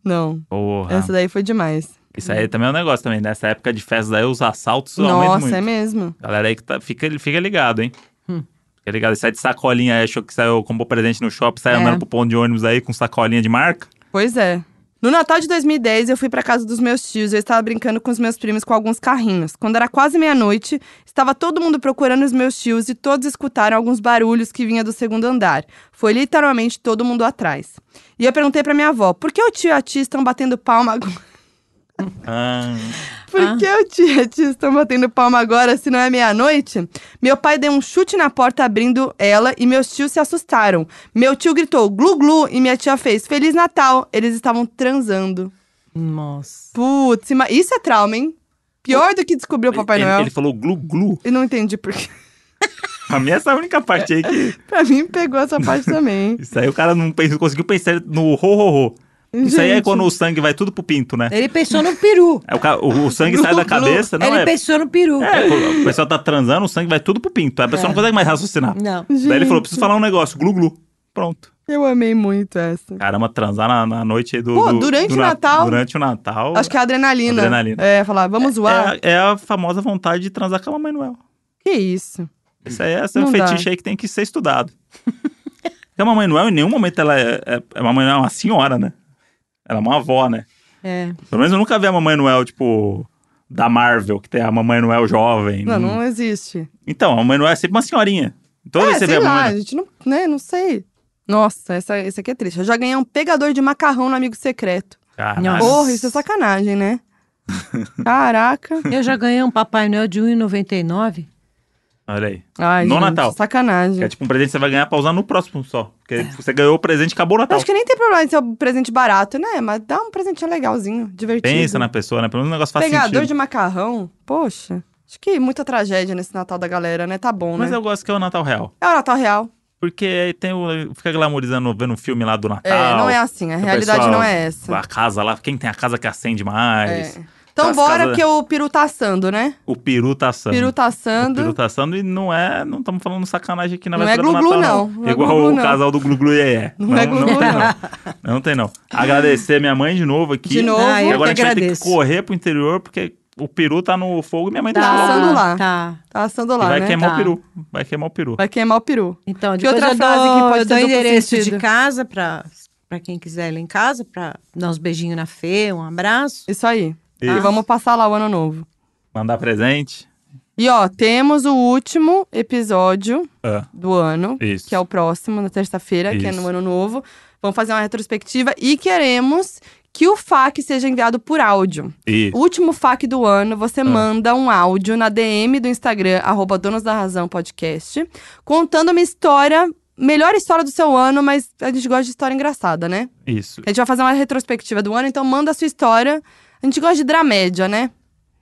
S2: Não,
S1: Porra.
S3: é
S2: essa daí foi demais.
S1: Isso
S3: assim.
S1: aí também é um negócio também. Nessa época de festas aí, os assaltos aumentam um muito.
S2: Nossa, é mesmo.
S1: Galera aí que tá, fica, fica ligado, hein? Fica ligado. Sai de sacolinha aí, achou que saiu, comprou presente no shopping, sai
S3: É.
S1: andando pro ponto de ônibus aí com sacolinha de marca.
S2: Pois é. No Natal de 2010, eu fui pra casa dos meus tios. Eu estava brincando com os meus primos com alguns carrinhos. Quando era quase meia-noite, estava todo mundo procurando os meus tios e todos escutaram alguns barulhos que vinha do segundo andar. Foi literalmente todo mundo atrás. E eu perguntei pra minha avó: por que o tio e a tia estão batendo palma agora?
S1: Ah,
S2: Por
S3: Ah.
S2: que o tio e a tia estão batendo palma agora se não é meia-noite? Meu pai deu um chute na porta abrindo ela e meus tios se assustaram. Meu tio gritou glu-glu e minha tia fez Feliz Natal. Eles estavam transando.
S3: Nossa.
S2: Putz, ima- isso é trauma, hein? Pior do que descobrir o Papai
S1: ele,
S2: Noel.
S1: ele falou glu-glu.
S2: Eu não entendi por quê.
S1: Pra mim, essa é a única parte aí que.
S2: pra mim, pegou essa parte também, hein?
S1: Isso aí o cara não pens- conseguiu pensar no ho-ho-ho. Isso aí é
S2: Gente.
S1: quando o sangue vai tudo pro pinto, né?
S3: Ele pensou no peru.
S1: É, o, ca- o- o sangue sai da cabeça, não
S3: ele
S1: é?
S3: pensou no peru.
S1: É, o- o pessoal tá transando, o sangue vai tudo pro pinto. Aí a pessoa não consegue mais raciocinar.
S3: Não.
S1: Daí ele
S2: Gente,
S1: falou: preciso falar um negócio, glu-glu. Pronto.
S2: Eu amei muito essa.
S1: Caramba, transar na, na noite aí do.
S2: Pô,
S1: do-
S2: durante
S1: do
S2: o
S1: na-
S2: Natal?
S1: Durante o Natal.
S2: Acho que é a adrenalina.
S1: Adrenalina.
S2: É, falar, vamos zoar.
S1: é, é a famosa vontade de transar com a Mamãe Noel.
S2: Que isso?
S1: Esse aí esse é um
S2: Não dá.
S1: fetiche aí que tem que ser estudado. Porque a Mamãe Noel, em nenhum momento, ela é. é a Mamãe Noel é uma senhora, né? Ela é uma avó, né?
S3: É.
S1: Pelo menos eu nunca vi a Mamãe Noel, tipo. Da Marvel, que tem a Mamãe Noel jovem.
S2: Não, não existe.
S1: Então, a Mamãe Noel é sempre uma senhorinha. Toda vez que
S2: é,
S1: você
S2: sei
S1: vê a Mamãe
S2: lá,
S1: Noel.
S2: a gente não, né, não sei. Nossa, essa, essa aqui é triste. Eu já ganhei um pegador de macarrão no Amigo Secreto.
S1: Caralho.
S2: Porra, isso é sacanagem, né? Caraca.
S3: Eu já ganhei um Papai Noel de 1,99.
S1: Olha aí.
S2: Ai,
S1: No
S2: gente,
S1: Natal.
S2: Sacanagem.
S1: Que é tipo um presente que você vai ganhar pra usar no próximo só. Porque você ganhou o presente, acabou o
S2: Eu
S1: Natal.
S2: É. Acho que nem tem problema em ser um presente barato, né? Mas dá um presentinho legalzinho, divertido.
S1: Pensa na pessoa, né? Pelo menos o negócio faz
S2: é Pegador
S1: sentido.
S2: de macarrão. Poxa, acho que muita tragédia nesse Natal da galera, né? Tá bom,
S1: Mas
S2: né?
S1: eu gosto que é o Natal real.
S2: É o Natal real.
S1: Porque aí tem o. Fica glamorizando, vendo um filme lá do Natal.
S2: É, não é assim. A
S1: o
S2: realidade
S1: pessoal-
S2: não é essa.
S1: A casa lá, quem tem a casa que acende mais.
S2: É. Então
S1: As
S2: bora,
S1: casas-
S2: porque o peru tá assando, né?
S1: O peru tá assando.
S2: Peru tá
S1: O
S2: assando.
S1: peru tá assando e não é. Não estamos falando sacanagem aqui na
S2: Não é
S1: véspera do
S2: glu-glu,
S1: Natal,
S2: não. Não é
S1: Igual
S2: glu-glu,
S1: o
S2: não.
S1: casal do Glu Glu Yé.
S2: Não é
S1: Não
S2: glu-glu,
S1: tem, não. Não tem, não. Agradecer minha mãe de novo aqui.
S2: De novo.
S3: Ah,
S1: E
S3: eu
S1: agora a
S3: que
S1: gente vai ter que
S3: agradeço.
S1: correr pro interior, porque o peru tá no fogo e minha mãe tá,
S2: Tá.
S1: no fogo.
S2: assando lá.
S3: Tá.
S2: Tá assando
S1: E
S2: lá,
S1: vai
S2: né?
S1: queimar
S3: Tá.
S1: o peru. Vai queimar o peru.
S2: Vai queimar o peru.
S3: Então,
S2: Que
S3: depois
S2: outra
S3: eu
S2: frase
S3: dou,
S2: que pode
S3: eu
S2: ser
S3: dou
S2: duplo
S3: endereço
S2: sentido?
S3: de casa pra, pra quem quiser ir lá em casa, pra dar uns beijinhos na Fê, um abraço.
S2: Isso aí.
S1: Isso.
S2: E vamos passar lá o ano novo.
S1: Mandar presente.
S2: E ó, temos o último episódio
S1: Ah,
S2: do ano.
S1: isso.
S2: que é o próximo, na terça-feira, que é no
S1: Isso.
S2: Ano Novo. Vamos fazer uma retrospectiva e queremos que o FAQ seja enviado por áudio.
S1: Isso. Ah.
S2: O último FAQ do ano, você manda um áudio na DM do Instagram, arroba Donos da Razão Podcast, contando uma história, melhor história do seu ano, mas a gente gosta de história engraçada, né?
S1: Isso.
S2: A gente vai fazer uma retrospectiva do ano, então manda a sua história. A gente gosta de dramédia, né?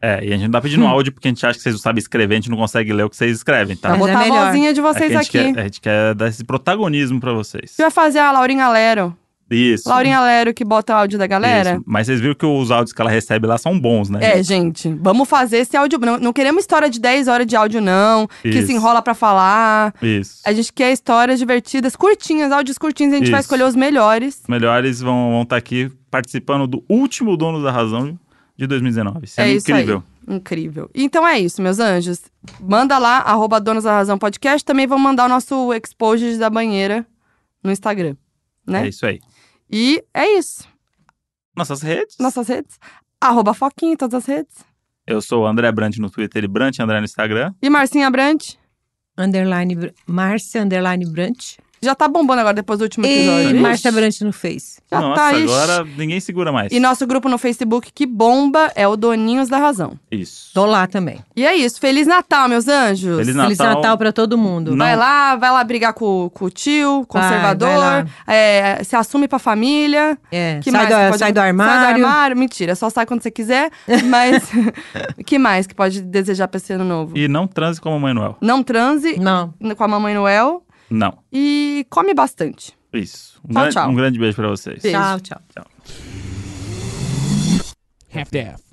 S1: É, e a gente não tá
S2: Hum.
S1: pedindo áudio porque a gente acha que vocês não sabem escrever, a gente não consegue ler o que vocês escrevem, tá?
S2: Vai
S3: Mas é
S2: botar a
S3: melhor.
S2: vozinha de
S1: É que
S2: vocês
S1: a, gente
S2: aqui.
S1: Quer, a gente quer dar esse protagonismo pra vocês.
S2: A gente vai fazer a Laurinha Lero.
S1: Isso.
S2: Laurinha Lero que bota o áudio da galera.
S1: Isso. Mas vocês viram que os áudios que ela recebe lá são bons, né?
S2: É, gente, vamos fazer esse áudio. Não, não queremos história de 10 horas de áudio, não. Que
S1: Isso.
S2: se enrola pra falar.
S1: Isso.
S2: A gente quer histórias divertidas, curtinhas, áudios curtinhos. A gente vai
S1: Isso.
S2: escolher os melhores.
S1: Os melhores vão estar aqui participando do último Dono da Razão de 2019. Isso é,
S2: É isso aí.
S1: incrível.
S2: Incrível. Então é isso, meus anjos. Manda lá, arroba Donos da Razão Podcast. Também vamos mandar o nosso expose da banheira no Instagram, né?
S1: É isso aí.
S2: E é isso.
S1: Nossas redes.
S2: Nossas redes. Arroba Foquinha em todas as redes.
S1: Eu sou o André Brant no Twitter e Brant André no Instagram.
S2: E Marcinha Brant.
S3: Underline, Br- Márcia Underline Brant.
S2: Já tá bombando agora depois do último episódio. né?
S3: E
S1: Isso.
S2: hein?
S3: Márcia Brant no Face.
S2: Já
S1: Nossa,
S2: tá ixi.
S1: agora ninguém segura mais.
S2: E nosso grupo no Facebook que bomba é o Doninhos da Razão.
S1: Isso.
S3: Tô lá também.
S2: E é isso. Feliz Natal, meus anjos.
S1: Feliz
S3: Feliz Natal pra todo mundo.
S1: Não.
S2: Vai lá, vai lá brigar com, com o tio,
S3: Vai, vai
S2: conservador,
S3: lá.
S2: é, se assume pra família.
S3: É,
S2: Que
S3: sai,
S2: mais que
S3: do,
S2: pode-
S3: sai do armário.
S2: Mentira, só sai quando você quiser. Mas que mais que pode desejar pra esse ano novo?
S1: E não transe como Mãe Noel.
S2: Não transe
S3: Não.
S2: com a Mamãe Noel
S1: Não.
S2: e come bastante.
S1: Isso. Um,
S2: Tchau,
S1: grande,
S2: tchau.
S1: um grande beijo pra vocês.
S2: Beijo.
S3: Tchau, tchau.
S4: half-daff.